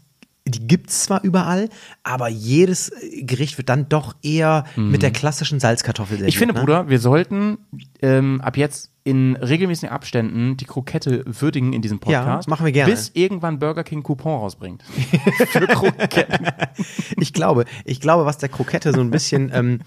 B: die gibt's zwar überall, aber jedes äh, Gericht wird dann doch eher mit der klassischen Salzkartoffel serviert.
C: Mhm. Ich finde,
B: ne?
C: Bruder, wir sollten ähm, ab jetzt in regelmäßigen Abständen die Krokette würdigen in diesem Podcast.
B: machen wir gerne.
C: Bis irgendwann Burger King Coupon rausbringt. Für Kroketten.
B: Ich glaube, ich glaube, was der Krokette so ein bisschen ähm,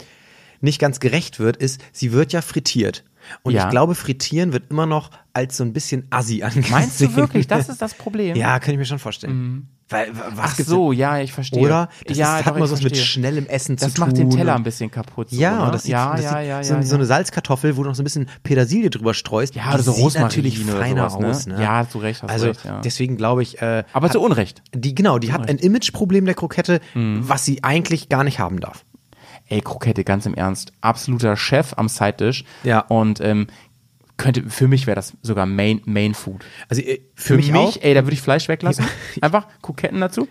B: nicht ganz gerecht wird, ist, sie wird ja frittiert. Und
C: Ja.
B: ich glaube, frittieren wird immer noch als so ein bisschen assi angesehen.
C: Meinst du wirklich, das ist das Problem? Mhm.
B: Ja, kann ich mir schon vorstellen. Weil, wa- was
C: Ach
B: gibt's
C: so, ja, ich verstehe.
B: denn? Oder? Das
C: ja,
B: ist,
C: doch,
B: hat mal
C: ich
B: was mit
C: verstehe.
B: schnellem Essen
C: Das
B: zu tun.
C: macht den Teller ein
B: und-
C: bisschen kaputt. so,
B: Ja,
C: ne?
B: und das sieht,
C: ja,
B: das sieht
C: ja, ja,
B: so,
C: ja,
B: so eine
C: ja.
B: Salzkartoffel, wo du noch so ein bisschen Petersilie drüber streust.
C: Ja,
B: die
C: oder so
B: sieht
C: Rosmarin
B: natürlich
C: oder
B: feiner
C: sowas, ne?
B: aus. Ne?
C: Ja, zu Recht, hast
B: also
C: recht, ja.
B: deswegen glaube ich, äh,
C: Aber zu Unrecht.
B: die genau, die hat ein Imageproblem der Krokette,
C: Mhm.
B: was sie eigentlich gar nicht haben darf.
C: Ey, Krokette, ganz im Ernst. Absoluter Chef am Sidetisch.
B: Ja.
C: Und ähm, könnte, für mich wäre das sogar Main, Main Food.
B: Also äh,
C: Für, mich,
B: auch,
C: ey, da würde ich Fleisch weglassen. Einfach Kroketten dazu.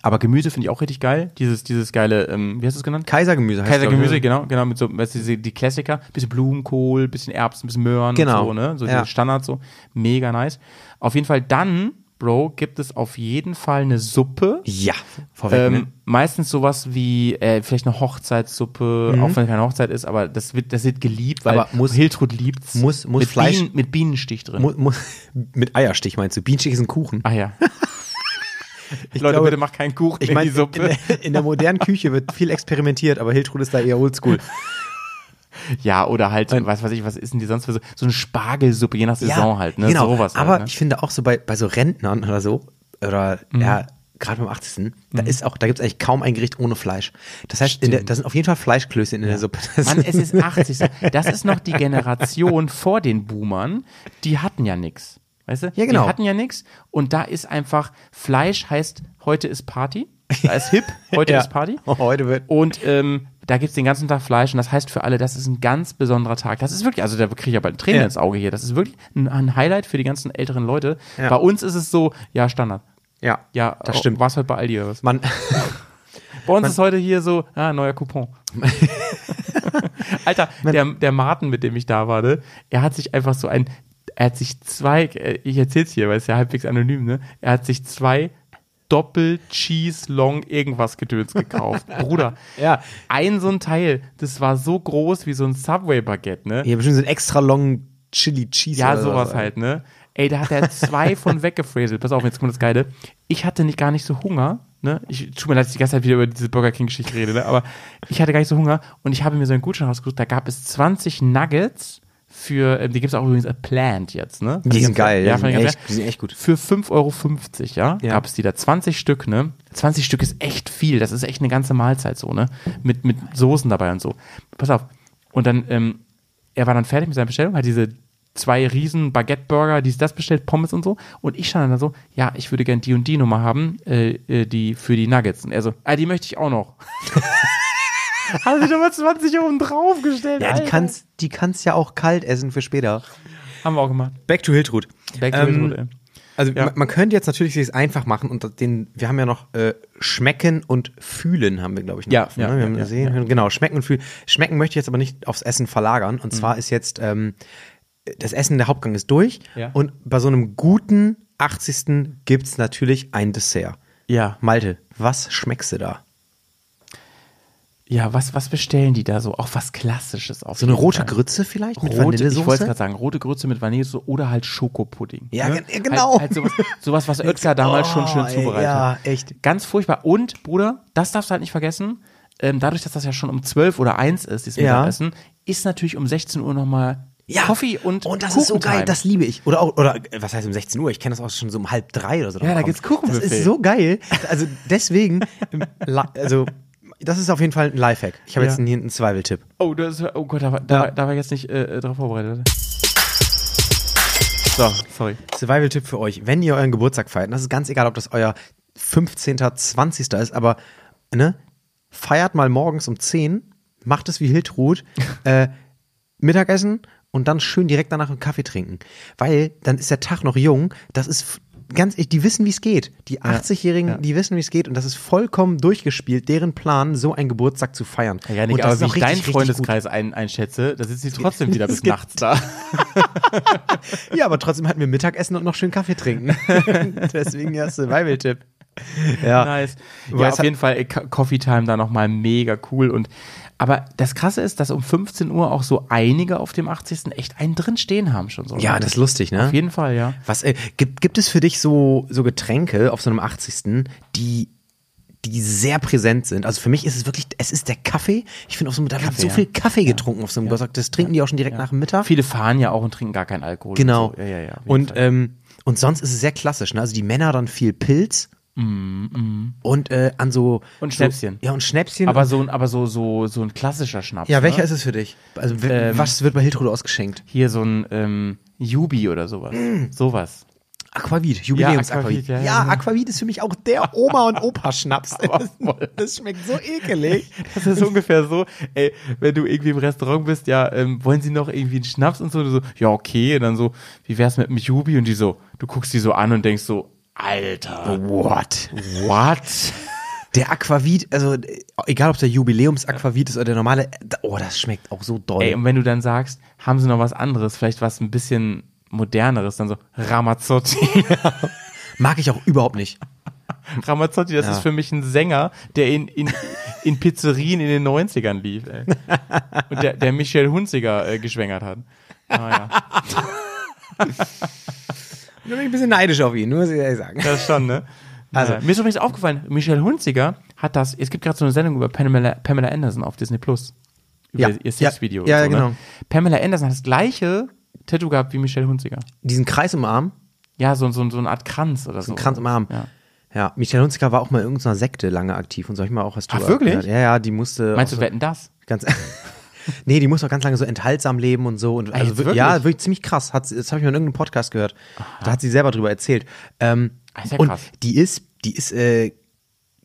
C: Aber Gemüse finde ich auch richtig geil. Dieses, dieses geile, ähm, wie hast du es genannt?
B: Kaisergemüse heißt glaub
C: Kaisergemüse,
B: ich, ne?
C: genau, genau, mit so, weißt du, diese- die Klassiker, bisschen Blumenkohl, bisschen Erbsen, bisschen Möhren
B: Genau.
C: und so, ne? So
B: Ja.
C: die Standards so. Mega nice. Auf jeden Fall dann, Bro, gibt es auf jeden Fall eine Suppe.
B: Ja, vorweg.
C: Ähm,
B: ne?
C: Meistens sowas wie äh, vielleicht eine Hochzeitssuppe, auch wenn keine Hochzeit ist, aber das wird, das wird geliebt, weil
B: Mhm. Aber muss-
C: Hiltrud liebt's.
B: muss- muss
C: mit
B: Fleisch-
C: Bienen, mit Bienenstich drin.
B: Mu mu mit Eierstich meinst du? Bienenstich ist ein Kuchen.
C: Ach ja.
B: Ich
C: Leute,
B: glaube,
C: bitte macht keinen Kuchen
B: ich
C: in
B: meine,
C: die Suppe.
B: in, der- in der modernen Küche wird viel experimentiert, aber Hiltrud ist da eher oldschool.
C: ja, oder halt, was weiß ich, was ist denn die sonst für so, so eine Spargelsuppe, je nach Saison halt, ne?
B: Genau.
C: Sowas
B: aber
C: halt, ne? Mhm.
B: ich finde auch so bei, bei so Rentnern oder so, oder ja, gerade beim 80. Da ist auch, da gibt es eigentlich kaum ein Gericht ohne Fleisch. Das heißt, in der, da sind auf jeden Fall Fleischklöße in der Suppe. Das
C: Mann, es ist 80. Das ist noch die Generation vor den Boomern, die hatten ja nix. Weißt du?
B: Ja, genau.
C: Die hatten ja nix. Und da ist einfach, Fleisch heißt, heute ist Party. Da ist hip, heute
B: Ja.
C: ist Party.
B: Heute wird-
C: Und ähm, da gibt's den ganzen Tag Fleisch. Und das heißt für alle, das ist ein ganz besonderer Tag. Das ist wirklich, also da kriege ich aber einen Tränen
B: Ja.
C: ins Auge hier. Das ist wirklich ein, ein Highlight für die ganzen älteren Leute. Bei uns ist es so, ja, Standard.
B: ja,
C: Ja,
B: das stimmt.
C: War es heute bei Aldi oder was?
B: Man,
C: Bei uns ist heute hier so, ah, neuer Coupon. Alter, der, der Martin, mit dem ich da war, ne, er hat sich einfach so ein, er hat sich zwei, äh, ich erzähl's hier, weil es ja halbwegs anonym, ne? Er hat sich zwei Doppel-Cheese-Long irgendwas Gedöns gekauft. Bruder.
B: Ja.
C: Ein so ein Teil, das war so groß wie so ein Subway-Baguette, ne?
B: hier bestimmt so ein extra long Chili Cheese.
C: Ja,
B: oder
C: sowas
B: so.
C: halt, ne? Ey, da hat er zwei von weggefräselt. Pass auf, jetzt kommt das Geile. Ich hatte nicht gar nicht so Hunger, ne? Ich tut mir leid, dass ich die ganze Zeit wieder über diese Burger King-Geschichte rede, ne? Aber ich hatte gar nicht so Hunger und ich habe mir so einen Gutschein rausgesucht. Da gab es 20 Nuggets für, ähm, die gibt es auch übrigens at Plant jetzt, ne?
B: Die sind geil,
C: ja,
B: die sind
C: fand ich ganz
B: echt-
C: geil.
B: die sind echt gut.
C: Für 5,50 Euro, ja,
B: Ja.
C: gab es die da. 20 Stück, ne? 20 Stück ist echt viel. Das ist echt eine ganze Mahlzeit so, ne? Mit, mit Soßen dabei und so. Pass auf. Und dann, ähm, er war dann fertig mit seiner Bestellung, hat diese zwei riesen Baguette-Burger, dies, das bestellt, Pommes und so. Und ich stand dann da so, ja, ich würde gern die und die Nummer haben, äh, äh, die für die Nuggets. Und er so, ah, die möchte ich auch noch. Haben sie nochmal 20 oben draufgestellt.
B: Ja, die
C: Alter.
B: kannst, die kannst ja auch kalt essen für später.
C: Haben wir auch gemacht.
B: Back to Hiltrud.
C: Back to
B: Ähm,
C: Hiltrud, ey.
B: Also
C: Ja.
B: man, man könnte jetzt natürlich sich einfach machen und den, wir haben ja noch äh, schmecken und fühlen haben wir glaube ich noch.
C: Ja,
B: offen,
C: ja,
B: ne? wir
C: ja,
B: haben
C: ja,
B: sehen, genau schmecken und fühlen. Schmecken möchte ich jetzt aber nicht aufs Essen verlagern
C: Mhm.
B: und zwar ist jetzt ähm, das Essen der Hauptgang ist durch
C: Ja.
B: und bei so einem guten 80. gibt's natürlich ein Dessert.
C: Ja.
B: Malte, was schmeckst du da?
C: Ja, was, was bestellen die da so? Auch was Klassisches auf
B: So eine
C: jeden
B: rote
C: Fall.
B: Grütze vielleicht mit
C: rote, ich wollte
B: Vanillesoße?
C: gerade sagen, rote Grütze mit Vanillesoße oder halt Schokopudding.
B: Ja, gen- ja, genau.
C: Halt, halt sowas, sowas, was Oetker damals schon schön
B: ey,
C: zubereitet
B: ja,
C: hat.
B: echt.
C: Ganz furchtbar. Und, Bruder, das darfst du halt nicht vergessen, ähm, dadurch, dass das ja schon um 12 oder 1 ist, dieses
B: Ja.
C: Mittagessen, ist natürlich um 16 Uhr nochmal
B: Ja.
C: Kaffee und
B: Und das ist so geil,
C: Kuchentime.
B: das liebe ich. Oder auch, oder äh, was heißt um 16 Uhr? Ich kenne das auch schon so um halb drei oder so.
C: Ja, da gibt's Kuchenbuffet.
B: Das ist so geil. Also deswegen, ähm, la- also das ist auf jeden Fall ein Lifehack. Ich habe
C: Ja.
B: jetzt einen, einen Zweifel-Tipp.
C: Oh, das ist, oh Gott, da, war- da, war- da war ich jetzt nicht äh, drauf vorbereitet. So, sorry.
B: Survival-Tipp für euch, wenn ihr euren Geburtstag feiert, und das ist ganz egal, ob das euer 15., 20. ist, aber ne, feiert mal morgens um 10, macht es wie Hiltrud, äh, Mittagessen und dann schön direkt danach einen Kaffee trinken. Weil dann ist der Tag noch jung, das ist f- ganz, die wissen, wie es geht. Die 80-Jährigen, die wissen, wie es geht und das ist vollkommen durchgespielt, deren Plan, so einen Geburtstag zu feiern.
C: Ja,
B: und
C: nicht,
B: das
C: aber
B: ist
C: wie
B: auch
C: ich deinen
B: richtig, richtig gut.
C: Freundeskreis ein, einschätze, da sitzen sie trotzdem wieder bis nachts da.
B: Ja, aber trotzdem hatten wir Mittagessen und noch schön Kaffee trinken. Deswegen ja Survival-Tipp. Ja.
C: Nice.
B: Weil
C: Ja,
B: es
C: auf
B: hat-
C: jeden Fall äh, Co- Coffee Time da nochmal mega cool. Und aber das krasse ist, dass um 15 Uhr auch so einige auf dem 80. echt einen drin stehen haben schon so.
B: Ja, das ist lustig, ne?
C: Auf jeden Fall, ja.
B: Was, äh, gibt, gibt es für dich so, so Getränke auf so einem 80. die die sehr präsent sind. Also für mich ist es wirklich, es ist der Kaffee. Ich finde auf so einem, da wird so
C: ja.
B: viel Kaffee getrunken auf so einem Geburtstag. Das trinken die auch schon direkt nach dem Mittag.
C: Viele fahren ja auch und trinken gar keinen Alkohol. und
B: Genau.
C: So. Ja, ja, ja. auf jeden
B: und,
C: Fall.
B: ähm, und sonst ist es sehr klassisch. Ne? Also die Männer dann viel Pilz. Und äh, an so.
C: Mm, Und Schnäpschen.
B: So, ja, und Schnäpschen.
C: aber so ein, aber so, so, so ein klassischer Schnaps.
B: genau. ja, welcher
C: ne?
B: ist es für dich? Also, w- was wird bei Hiltrude ausgeschenkt?
C: Hier so ein ähm, Jubi oder sowas.
B: Mm.
C: Sowas.
B: Aquavit, Jubiläums Aquavit.
C: Aquavit,
B: Ja,
C: ja, ja, ja.
B: Aquavit ist für mich auch der Oma und Opa Schnaps. Das schmeckt so ekelig.
C: Das ist ungefähr so, ey, wenn du irgendwie im Restaurant bist, ja, ähm, wollen sie noch irgendwie einen Schnaps und so, du so, ja, okay, und dann so, wie wär's mit einem Jubi? Und die so, du guckst die so an und denkst so, Alter,
B: What?
C: what?
B: Der Aquavit, also äh, egal ob der Jubiläums Aquavit ist oder der normale, äh, oh, das schmeckt auch so doll.
C: Ey, und wenn du dann sagst, haben sie noch was anderes, vielleicht was ein bisschen moderneres, dann so, Ramazzotti.
B: Mag ich auch überhaupt nicht.
C: Ramazzotti, das
B: Ja.
C: ist für mich ein Sänger, der in, in, in Pizzerien in den 90ern lief, ey. Und der, der Michel Hunziger äh, geschwängert hat. Naja,
B: Da bin ich ein bisschen neidisch auf ihn, nur muss ich ehrlich sagen.
C: das schon, ne? Also, mir ist übrigens aufgefallen, Michelle Hunziger hat das, es gibt gerade so eine Sendung über Pamela, Pamela Anderson auf Disney Plus. Über
B: Ja,
C: ihr Sexvideo.
B: ja, ja,
C: und so,
B: genau.
C: Ne? Pamela Anderson hat das gleiche Tattoo gehabt wie Michelle Hunziger.
B: Diesen Kreis im Arm,
C: Ja, so, so, so eine Art Kranz oder so.
B: einen Kranz im Arm.
C: Ja.
B: Oh. Ja, Michael Hunziker war auch mal in irgendeiner Sekte lange aktiv und soll ich mal auch was
C: Ach, wirklich?
B: Ja, ja, die musste. auch
C: Meinst
B: so-
C: du, wetten das?
B: Ganz. Nee, die muss auch ganz lange so enthaltsam leben und so. Und also,
C: jetzt
B: wir-
C: wirklich?
B: Ja, wirklich ziemlich krass. Hat, sie- das habe ich mal in irgendeinem Podcast gehört. Da hat sie selber drüber erzählt. Ähm,
C: Ah, ist ja
B: und
C: krass.
B: die ist, die ist äh,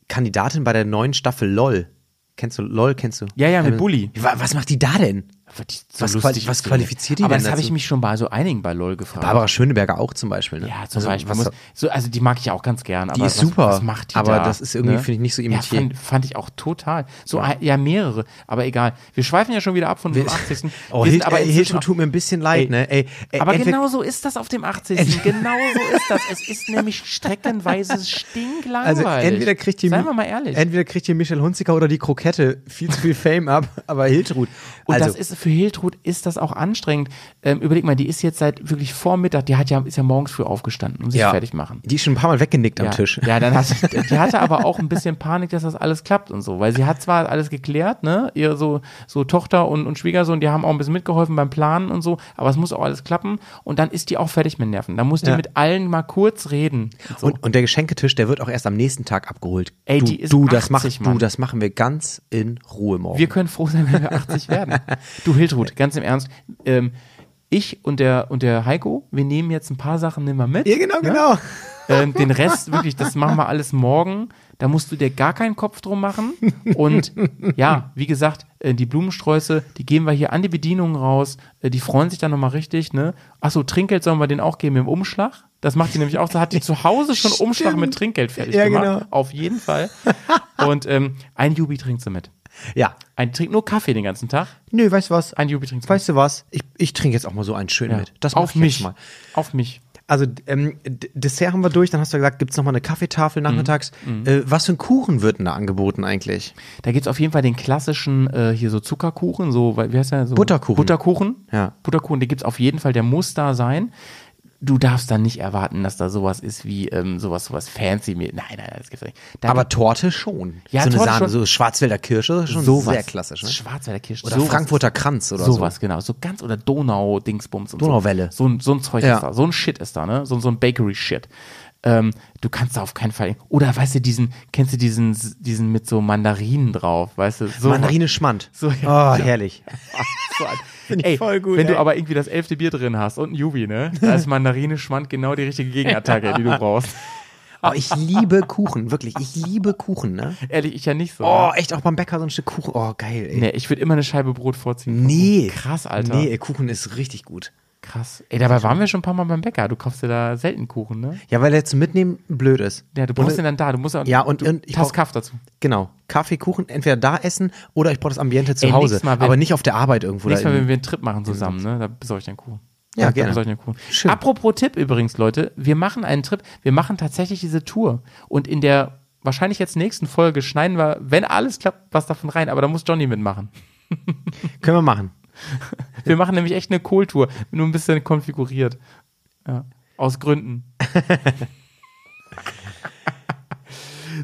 B: Kandidatin bei der neuen Staffel LOL. Kennst du LOL, kennst du?
C: Ja, ja, mit
B: Ähm,
C: Bulli.
B: wa- Was macht die da denn?
C: So
B: Was
C: lustig
B: quali- was
C: ist die
B: qualifiziert die
C: Aber
B: denn
C: das habe ich
B: dazu?
C: mich schon bei so einigen bei LOL gefragt.
B: Barbara Schöneberger auch zum Beispiel. Ne?
C: Ja, zum
B: Also,
C: Beispiel.
B: was-
C: Muss, so, also die mag ich auch ganz gern. Aber
B: ist
C: was,
B: super,
C: Was macht die
B: aber
C: da, ne?
B: das ist irgendwie, finde ich, nicht so ihr
C: ja,
B: Metier.
C: fand, fand ich auch total. So, ja. ja, mehrere. Aber egal. Wir schweifen ja schon wieder ab von dem 80.
B: oh, Hil
C: Wir sind aber
B: äh,
C: inzwischen
B: Hiltrud
C: auch-
B: tut mir ein bisschen leid,
C: Ey,
B: ne? Ey, äh,
C: aber
B: entweder-
C: genau so ist das auf dem 80. genau so ist das. Es ist nämlich streckenweise
B: Also
C: stinklangweilig.
B: entweder kriegt die
C: halt. Seien wir mal ehrlich.
B: Entweder kriegt hier Michel Hunziker oder die Krokette viel zu viel Fame ab, aber Hiltrud.
C: Und
B: also,
C: das ist für Hiltrud ist das auch anstrengend. Ähm, überleg mal, die ist jetzt seit wirklich Vormittag, die hat ja, ist ja morgens früh aufgestanden, um sich
B: ja,
C: fertig machen.
B: Die ist schon ein paar Mal weggenickt
C: ja.
B: am Tisch.
C: Ja, dann hat die hatte aber auch ein bisschen Panik, dass das alles klappt und so, weil sie hat zwar alles geklärt, ne, ihre so so Tochter und, und Schwiegersohn, die haben auch ein bisschen mitgeholfen beim Planen und so, aber es muss auch alles klappen und dann ist die auch fertig mit Nerven. Dann muss die
B: Ja.
C: mit allen mal kurz reden. So.
B: Und, und der Geschenketisch, der wird auch erst am nächsten Tag abgeholt.
C: Ey,
B: du,
C: die ist
B: du, das
C: 80,
B: machst, du,
C: Mann.
B: das machen wir ganz in Ruhe morgen.
C: wir können froh sein, wenn wir 80 werden. Du Hiltrud, ganz im Ernst, ähm, ich und der und der Heiko, wir nehmen jetzt ein paar Sachen nehmen wir mit.
B: ja, genau, genau.
C: Ähm, den Rest wirklich, das machen wir alles morgen. Da musst du dir gar keinen Kopf drum machen. Und ja, wie gesagt, äh, die Blumensträuße, die geben wir hier an die Bedienungen raus. Äh, Die freuen sich dann nochmal richtig. Ne? Achso, Trinkgeld sollen wir denen auch geben im Umschlag. Das macht die nämlich auch. Da hat die zu Hause schon Umschlag mit Trinkgeld fertig
B: Ja,
C: gemacht.
B: genau.
C: Auf jeden Fall. Und ähm, ein Jubi trinkst du mit.
B: Ja.
C: Ein trinkt nur Kaffee den ganzen Tag.
B: Nö, weißt du was?
C: Ein Jubi trinkst du mit.
B: Weißt du was? Ich, ich trinke jetzt auch mal so einen schön mit. Das mach
C: auf
B: ich
C: mich.
B: Jetzt mal.
C: Auf mich.
B: also ähm, D- Dessert haben wir durch, dann hast du gesagt, gibt's noch mal eine Kaffeetafel
C: Mhm.
B: nachmittags. Äh, was für ein Kuchen wird denn da angeboten eigentlich?
C: Da gibt's auf jeden Fall den klassischen äh, hier so Zuckerkuchen, so, weil- wie heißt der? So
B: Butterkuchen.
C: Butterkuchen.
B: Ja.
C: Butterkuchen, der gibt's auf jeden Fall, der muss da sein. Du darfst dann nicht erwarten, dass da sowas ist wie ähm, sowas, sowas fancy. Nein, nein, nein, das gibt's nicht. Da
B: Aber Torte schon.
C: Ja,
B: so eine
C: Torte
B: Sahne,
C: schon.
B: so Schwarzwälder Kirsche, schon
C: sowas.
B: sehr klassisch. Ne?
C: Schwarzwälder Kirsch.
B: Oder Frankfurter Kranz oder so.
C: Sowas, genau. So ganz oder Donau-Dingsbums und
B: Donauwelle.
C: So. So, ein- so ein Zeug
B: Ja.
C: ist da. So ein Shit ist da, ne? So, so ein Bakery-Shit. Ähm, du kannst da auf keinen Fall. Oder weißt du, diesen, kennst du diesen, diesen mit so Mandarinen drauf, weißt du? So
B: Mandarine Schmand.
C: So, ja.
B: Oh, herrlich.
C: So ein-
B: Find ich
C: ey,
B: voll gut,
C: wenn
B: ey.
C: du aber irgendwie das elfte Bier drin hast und ein Jubi, ne? Da ist Mandarine Schmand genau die richtige Gegenattacke, die du brauchst.
B: Aber Oh, ich liebe Kuchen, wirklich. Ich liebe Kuchen, ne?
C: Ehrlich, ich ja nicht so.
B: Oh, echt auch beim Bäcker so ein Stück Kuchen. Oh, geil, ey.
C: Nee, ich würde immer eine Scheibe Brot vorziehen.
B: Nee.
C: Krass, Alter.
B: Nee, Kuchen ist richtig gut.
C: Krass. Ey, dabei waren wir schon ein paar Mal beim Bäcker. Du kaufst dir da selten Kuchen, ne?
B: Ja, weil er zum Mitnehmen blöd ist.
C: Ja, du brauchst den dann da. Du musst
B: Ja, und-
C: du,
B: und ich
C: Tass
B: brauch-
C: Kaff dazu.
B: Genau. Kaffee, Kuchen, entweder da essen oder ich brauche das Ambiente zu
C: Ey,
B: Hause.
C: nächstes Mal, wenn-
B: aber nicht auf der Arbeit irgendwo.
C: Nächstes
B: da
C: Mal,
B: in-
C: wenn wir einen Trip machen zusammen, ne? Da besorge ich dir einen Kuchen.
B: Ja,
C: Da-
B: gerne.
C: Da besorge ich dir einen Kuchen.
B: Schön.
C: Apropos Tipp übrigens, Leute. Wir machen einen Trip. Wir machen tatsächlich diese Tour. Und in der wahrscheinlich jetzt nächsten Folge schneiden wir, wenn alles klappt, was davon rein. Aber da muss Johnny mitmachen.
B: Können wir machen.
C: Wir machen nämlich echt eine Kohltour. Nur ein bisschen konfiguriert. Ja. Aus Gründen.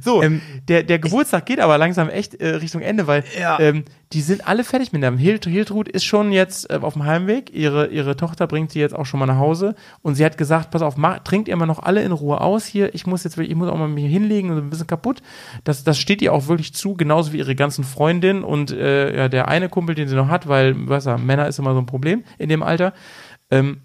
C: So,
B: Ähm,
C: der, der Geburtstag geht aber langsam echt äh, Richtung Ende, weil
B: Ja.
C: ähm, die sind alle fertig mit dem. Hild, Hildrud ist schon jetzt äh, auf dem Heimweg. Ihre, ihre Tochter bringt sie jetzt auch schon mal nach Hause. Und sie hat gesagt, pass auf, mach, trinkt ihr mal noch alle in Ruhe aus hier. Ich muss jetzt wirklich- ich muss auch mal mich hinlegen, so ein bisschen kaputt. Das, das steht ihr auch wirklich zu, genauso wie ihre ganzen Freundinnen und äh, ja, der eine Kumpel, den sie noch hat, weil, weißt du, Männer ist immer so ein Problem in dem Alter. Ähm,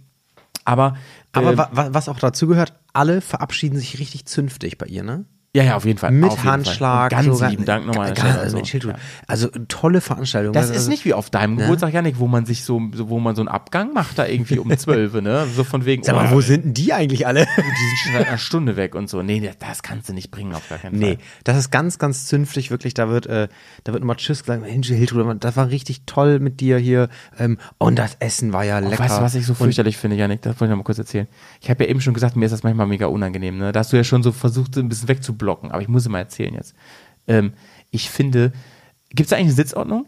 C: aber
B: Aber
C: ähm,
B: wa wa was auch dazu gehört, alle verabschieden sich richtig zünftig bei ihr, ne?
C: ja, ja, auf jeden Fall.
B: Mit
C: auf jeden Fall.
B: Handschlag.
C: Ganz
B: sogar-
C: lieben Dank nochmal. an der
B: Ganz-
C: Stelle.
B: Also, mit
C: So,
B: Schildhut.
C: ja.
B: also tolle Veranstaltung.
C: Das
B: also,
C: ist nicht wie auf deinem Geburtstag, Janik, wo man sich so, so, wo man so einen Abgang macht, da irgendwie um 12, ne? So von wegen,
B: Sag mal,
C: oh,
B: wo sind denn die eigentlich alle?
C: die sind schon seit einer Stunde weg und so. Nee, das- das kannst du nicht bringen, auf gar keinen Fall.
B: Nee, das ist ganz, ganz zünftig, wirklich. Da wird, äh, da wird nochmal Tschüss gesagt, Mensch, Hiltrud, das war richtig toll mit dir hier. Ähm, und das Essen war ja lecker.
C: Weißt du, was ich so fürchterlich finde, Janik? Das wollte ich noch mal kurz erzählen. Ich habe ja eben schon gesagt, mir ist das manchmal mega unangenehm. Ne? Da hast du ja schon so versucht, ein bisschen wegzublocken. Aber ich muss es mal erzählen jetzt. Ähm, ich finde, gibt es eigentlich eine Sitzordnung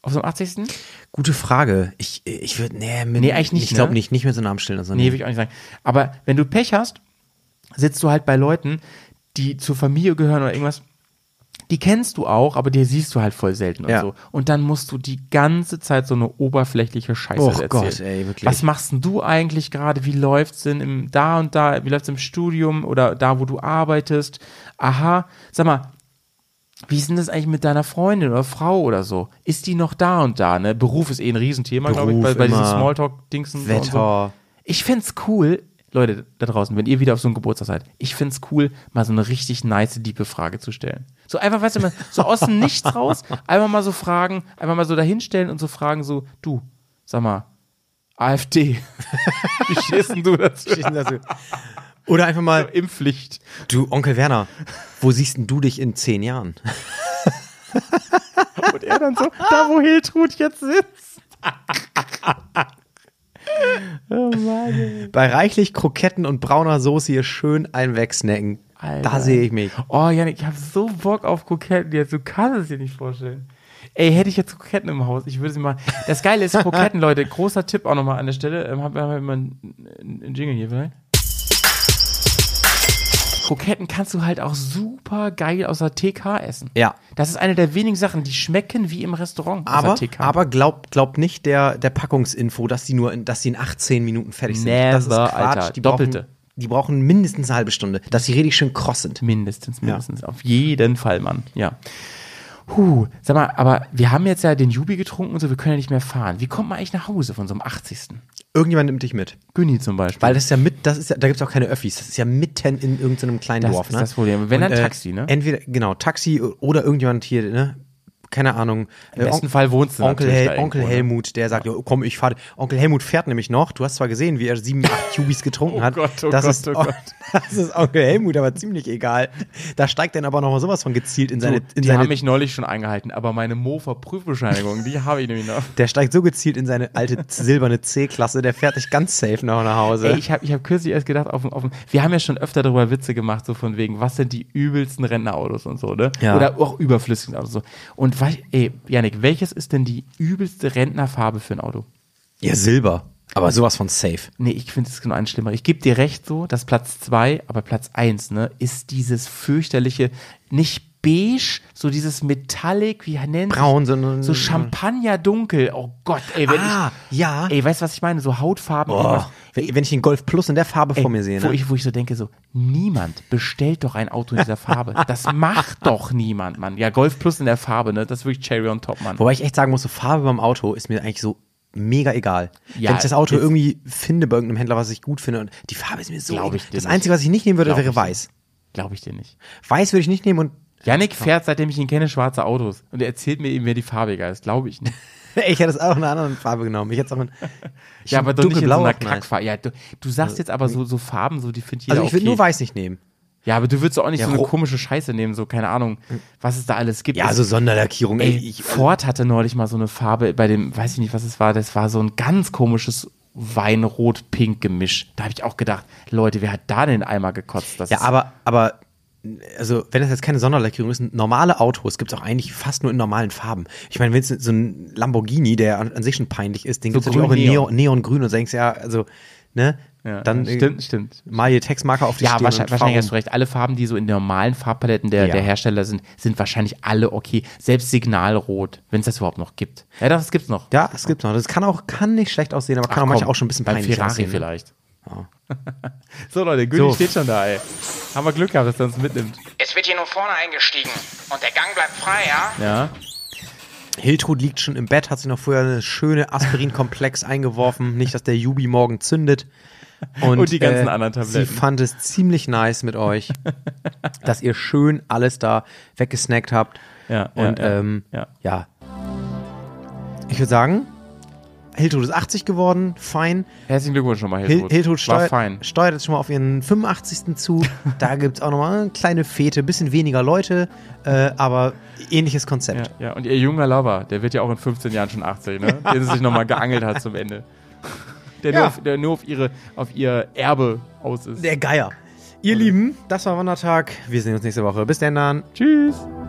C: auf so einem 80.?
B: Gute Frage. Ich, ich würde, nee, mit,
C: Nee, eigentlich nicht,
B: Ich glaube
C: ne?
B: nicht, nicht mit so einem Stillen. Also,
C: Nee, will ich auch nicht sagen. Aber wenn du Pech hast, sitzt du halt bei Leuten, die zur Familie gehören oder irgendwas. Die kennst du auch, aber die siehst du halt voll selten und
B: Ja.
C: so. Und dann musst du die ganze Zeit so eine oberflächliche Scheiße
B: Och
C: erzählen.
B: Gott, ey, wirklich.
C: Was machst denn du eigentlich gerade? Wie läuft's denn im da und da? Wie läuft's im Studium oder da, wo du arbeitest? Aha, sag mal, wie ist denn das eigentlich mit deiner Freundin oder Frau oder so? Ist die noch da und da? Ne? Beruf ist eh ein Riesenthema, glaube ich,
B: Beruf
C: bei, bei diesen
B: immer.
C: Smalltalk-Dingsen. Und so.
B: Wetter.
C: Ich find's cool, Leute da draußen, wenn ihr wieder auf so einem Geburtstag seid, ich find's cool, mal so eine richtig nice, liebe Frage zu stellen. So einfach, weißt du, mal so aus dem Nichts raus, einfach mal so fragen, einfach mal so dahinstellen und so fragen, so, du, sag mal, AfD, wie stehst denn du dazu? Also
B: Oder einfach mal,
C: Impfpflicht.
B: du Onkel Werner, wo siehst denn du dich in zehn Jahren?
C: Und er dann so, da wo Hiltrud jetzt sitzt. oh Mann. ey.
B: Bei reichlich Kroketten und brauner Soße hier schön einen wegsnacken. Da
C: Alter.
B: sehe ich mich.
C: Oh, Janik, ich habe so Bock auf Kroketten jetzt. Du kannst es dir nicht vorstellen. Ey, hätte ich jetzt Kroketten im Haus, ich würde sie mal. Das Geile ist, Kroketten, Leute, großer Tipp auch nochmal an der Stelle. Ähm, haben wir haben wir immer einen, einen Jingle hier vielleicht? Kroketten kannst du halt auch super geil aus der TK essen.
B: Ja.
C: Das ist eine der wenigen Sachen, die schmecken wie im Restaurant.
B: Aber,
C: aus der TK.
B: aber glaubt glaub nicht der, der Packungsinfo, dass die nur in, dass die in 18 Minuten fertig sind. das ist
C: Never,
B: Quatsch.
C: Alter.
B: Die
C: Doppelte.
B: Brauchen, die brauchen mindestens eine halbe Stunde, dass sie richtig schön kross sind.
C: Mindestens, mindestens. Auf jeden Fall, Mann. Ja. Huh, sag mal, aber wir haben jetzt ja den Jubi getrunken und so, wir können ja nicht mehr fahren. Wie kommt man eigentlich nach Hause von so einem 80.
B: Irgendjemand nimmt dich mit.
C: Günni zum Beispiel?
B: Weil das ist ja mit, das ist ja, da gibt es auch keine Öffis. Das ist ja mitten in irgendeinem kleinen
C: Das
B: Dorf.
C: ist
B: ne?
C: das Problem. Wenn, dann Taxi, ne?
B: Entweder, genau, Taxi oder irgendjemand hier, ne? keine Ahnung. Im
C: besten Fall wohnst du
B: Onkel,
C: natürlich
B: Hel
C: da irgendwo,
B: Onkel
C: ne?
B: Helmut, der sagt, "Jo, komm, ich fahre. Onkel Helmut fährt nämlich noch. Du hast zwar gesehen, wie er sieben, acht Cubis getrunken
C: Oh
B: hat.
C: Gott, oh
B: das,
C: Gott,
B: ist,
C: oh Gott.
B: das ist Onkel Helmut, aber ziemlich egal. Da steigt dann aber noch mal sowas von gezielt in seine,
C: Du,
B: in
C: die
B: seine
C: haben mich neulich schon eingehalten, aber meine Mofa-Prüfbescheinigung, die habe ich nämlich noch.
B: Der steigt so gezielt in seine alte silberne C-Klasse, der fährt dich ganz safe noch nach Hause.
C: Ey, ich habe ich hab kürzlich erst gedacht, auf, dem- auf, dem- wir haben ja schon öfter darüber Witze gemacht, so von wegen, was sind die übelsten Rentnerautos und so, ne?
B: Ja.
C: Oder auch überflüssigen Autos. So. Und was, ey, Janik, welches ist denn die übelste Rentnerfarbe für ein Auto?
B: ja, Silber. Aber sowas von safe.
C: Nee, ich finde es genau ein schlimmer. Ich gebe dir recht so, dass Platz zwei, aber Platz eins, ne, ist dieses fürchterliche, nicht beige, so dieses Metallic, wie nennt
B: Braun, sondern-
C: so Champagnerdunkel. Oh Gott, ey, wenn
B: Ah,
C: ich,
B: ja.
C: Ey, weißt du, was ich meine? So Hautfarben. irgendwas.
B: Boah. Wenn, wenn ich den Golf Plus in der Farbe
C: Ey,
B: vor mir sehe,
C: Wo
B: ne?
C: ich, wo ich so denke, so, niemand bestellt doch ein Auto in dieser Farbe. Das macht doch niemand, Mann. Ja, Golf Plus in der Farbe, ne? Das ist wirklich Cherry on top, Mann.
B: Wobei ich echt sagen muss, so Farbe beim Auto ist mir eigentlich so mega egal.
C: Ja,
B: wenn ich das Auto
C: jetzt-
B: irgendwie finde bei irgendeinem Händler, was ich gut finde, und die Farbe ist mir so.
C: Glaub ich dir
B: das
C: nicht.
B: Einzige, was ich nicht nehmen würde,
C: Glaub
B: wäre
C: ich dir
B: weiß.
C: Glaube ich dir nicht.
B: Weiß würde ich nicht nehmen und
C: Yannick fährt, seitdem ich ihn kenne, schwarze Autos. Und er erzählt mir eben, wer die Farbe egal ist. Glaube ich nicht.
B: ich hätte es auch in einer anderen Farbe genommen. Ich hätte es auch in,
C: Ja, aber doch nicht in so
B: dunkelblau
C: einer
B: auch nice.
C: Kackfarbe. Ja, du, du sagst jetzt aber so, so Farben, so die findet jeder
B: Also ich würde
C: okay.
B: nur weiß nicht nehmen.
C: Ja, aber du würdest auch nicht
B: Ja,
C: so eine
B: ro- Hm.
C: komische Scheiße nehmen, so keine Ahnung, was es da alles gibt.
B: Ja,
C: Es-
B: so Sonderlackierung.
C: Also Ey,
B: Ey, ich, also
C: Ford hatte neulich mal so eine Farbe bei dem, weiß ich nicht, was es war, das war so ein ganz komisches Weinrot-Pink-Gemisch. Da habe ich auch gedacht, Leute, wer hat da den Eimer gekotzt? Das
B: Ja,
C: ist-
B: aber, aber, also, wenn das jetzt keine Sonderlackierung ist, normale Autos gibt es auch eigentlich fast nur in normalen Farben. Ich meine, wenn es so ein Lamborghini, der an, an sich schon peinlich ist, den gibt es natürlich auch
C: grün
B: in
C: Neon.
B: Neon. Neongrün und denkst, ja, also, ne,
C: Ja,
B: dann
C: ja,
B: äh,
C: stimmt, stimmt.
B: mal hier Textmarker auf die
C: Ja,
B: Stirn
C: wahrscheinlich,
B: und
C: wahrscheinlich hast du
B: Farben.
C: recht. Alle Farben, die so in normalen Farbpaletten der,
B: Ja.
C: der Hersteller sind, sind wahrscheinlich alle okay. Selbst Signalrot, wenn es das überhaupt noch gibt. Ja, das gibt's noch.
B: Ja, das gibt's noch. Das kann auch, kann nicht schlecht aussehen, aber kann auch manchmal auch schon ein bisschen
C: beim
B: peinlich
C: Ferrari
B: aussehen. ne?
C: vielleicht. so Leute, Günni steht schon da, ey. Haben wir Glück gehabt, dass er uns mitnimmt.
D: Es wird hier nur vorne eingestiegen und der Gang bleibt frei, ja?
C: Ja.
B: Hiltrud liegt schon im Bett, hat sich noch vorher eine schöne Aspirin-Komplex eingeworfen, nicht, dass der Jubi morgen zündet. äh,
C: Und die ganzen anderen
B: Sie
C: Tabletten.
B: fand es ziemlich nice mit euch, dass ihr schön alles da weggesnackt habt.
C: Ja, ja,
B: Und
C: ja,
B: ähm,
C: ja.
B: ja. Ich würde sagen, Hiltrud ist 80 geworden, fein.
C: Herzlichen Glückwunsch nochmal,
B: Hil
C: Hiltrud.
B: Hiltrud
C: War
B: steuert,
C: fein.
B: steuert jetzt schon mal auf ihren 85. zu. Da gibt es auch nochmal eine kleine Fete, bisschen weniger Leute, äh, aber ähnliches Konzept.
C: Ja, ja, und ihr junger Lover, der wird ja auch in 15 Jahren schon 80, ne? Den sie sich nochmal geangelt hat zum Ende. Der, nur,
B: Ja.
C: auf, der nur auf, ihre, auf ihr Erbe aus ist.
B: Der Geier. Ihr Lieben, das war Wandertag. Wir sehen uns nächste Woche. Bis dann.
C: Tschüss.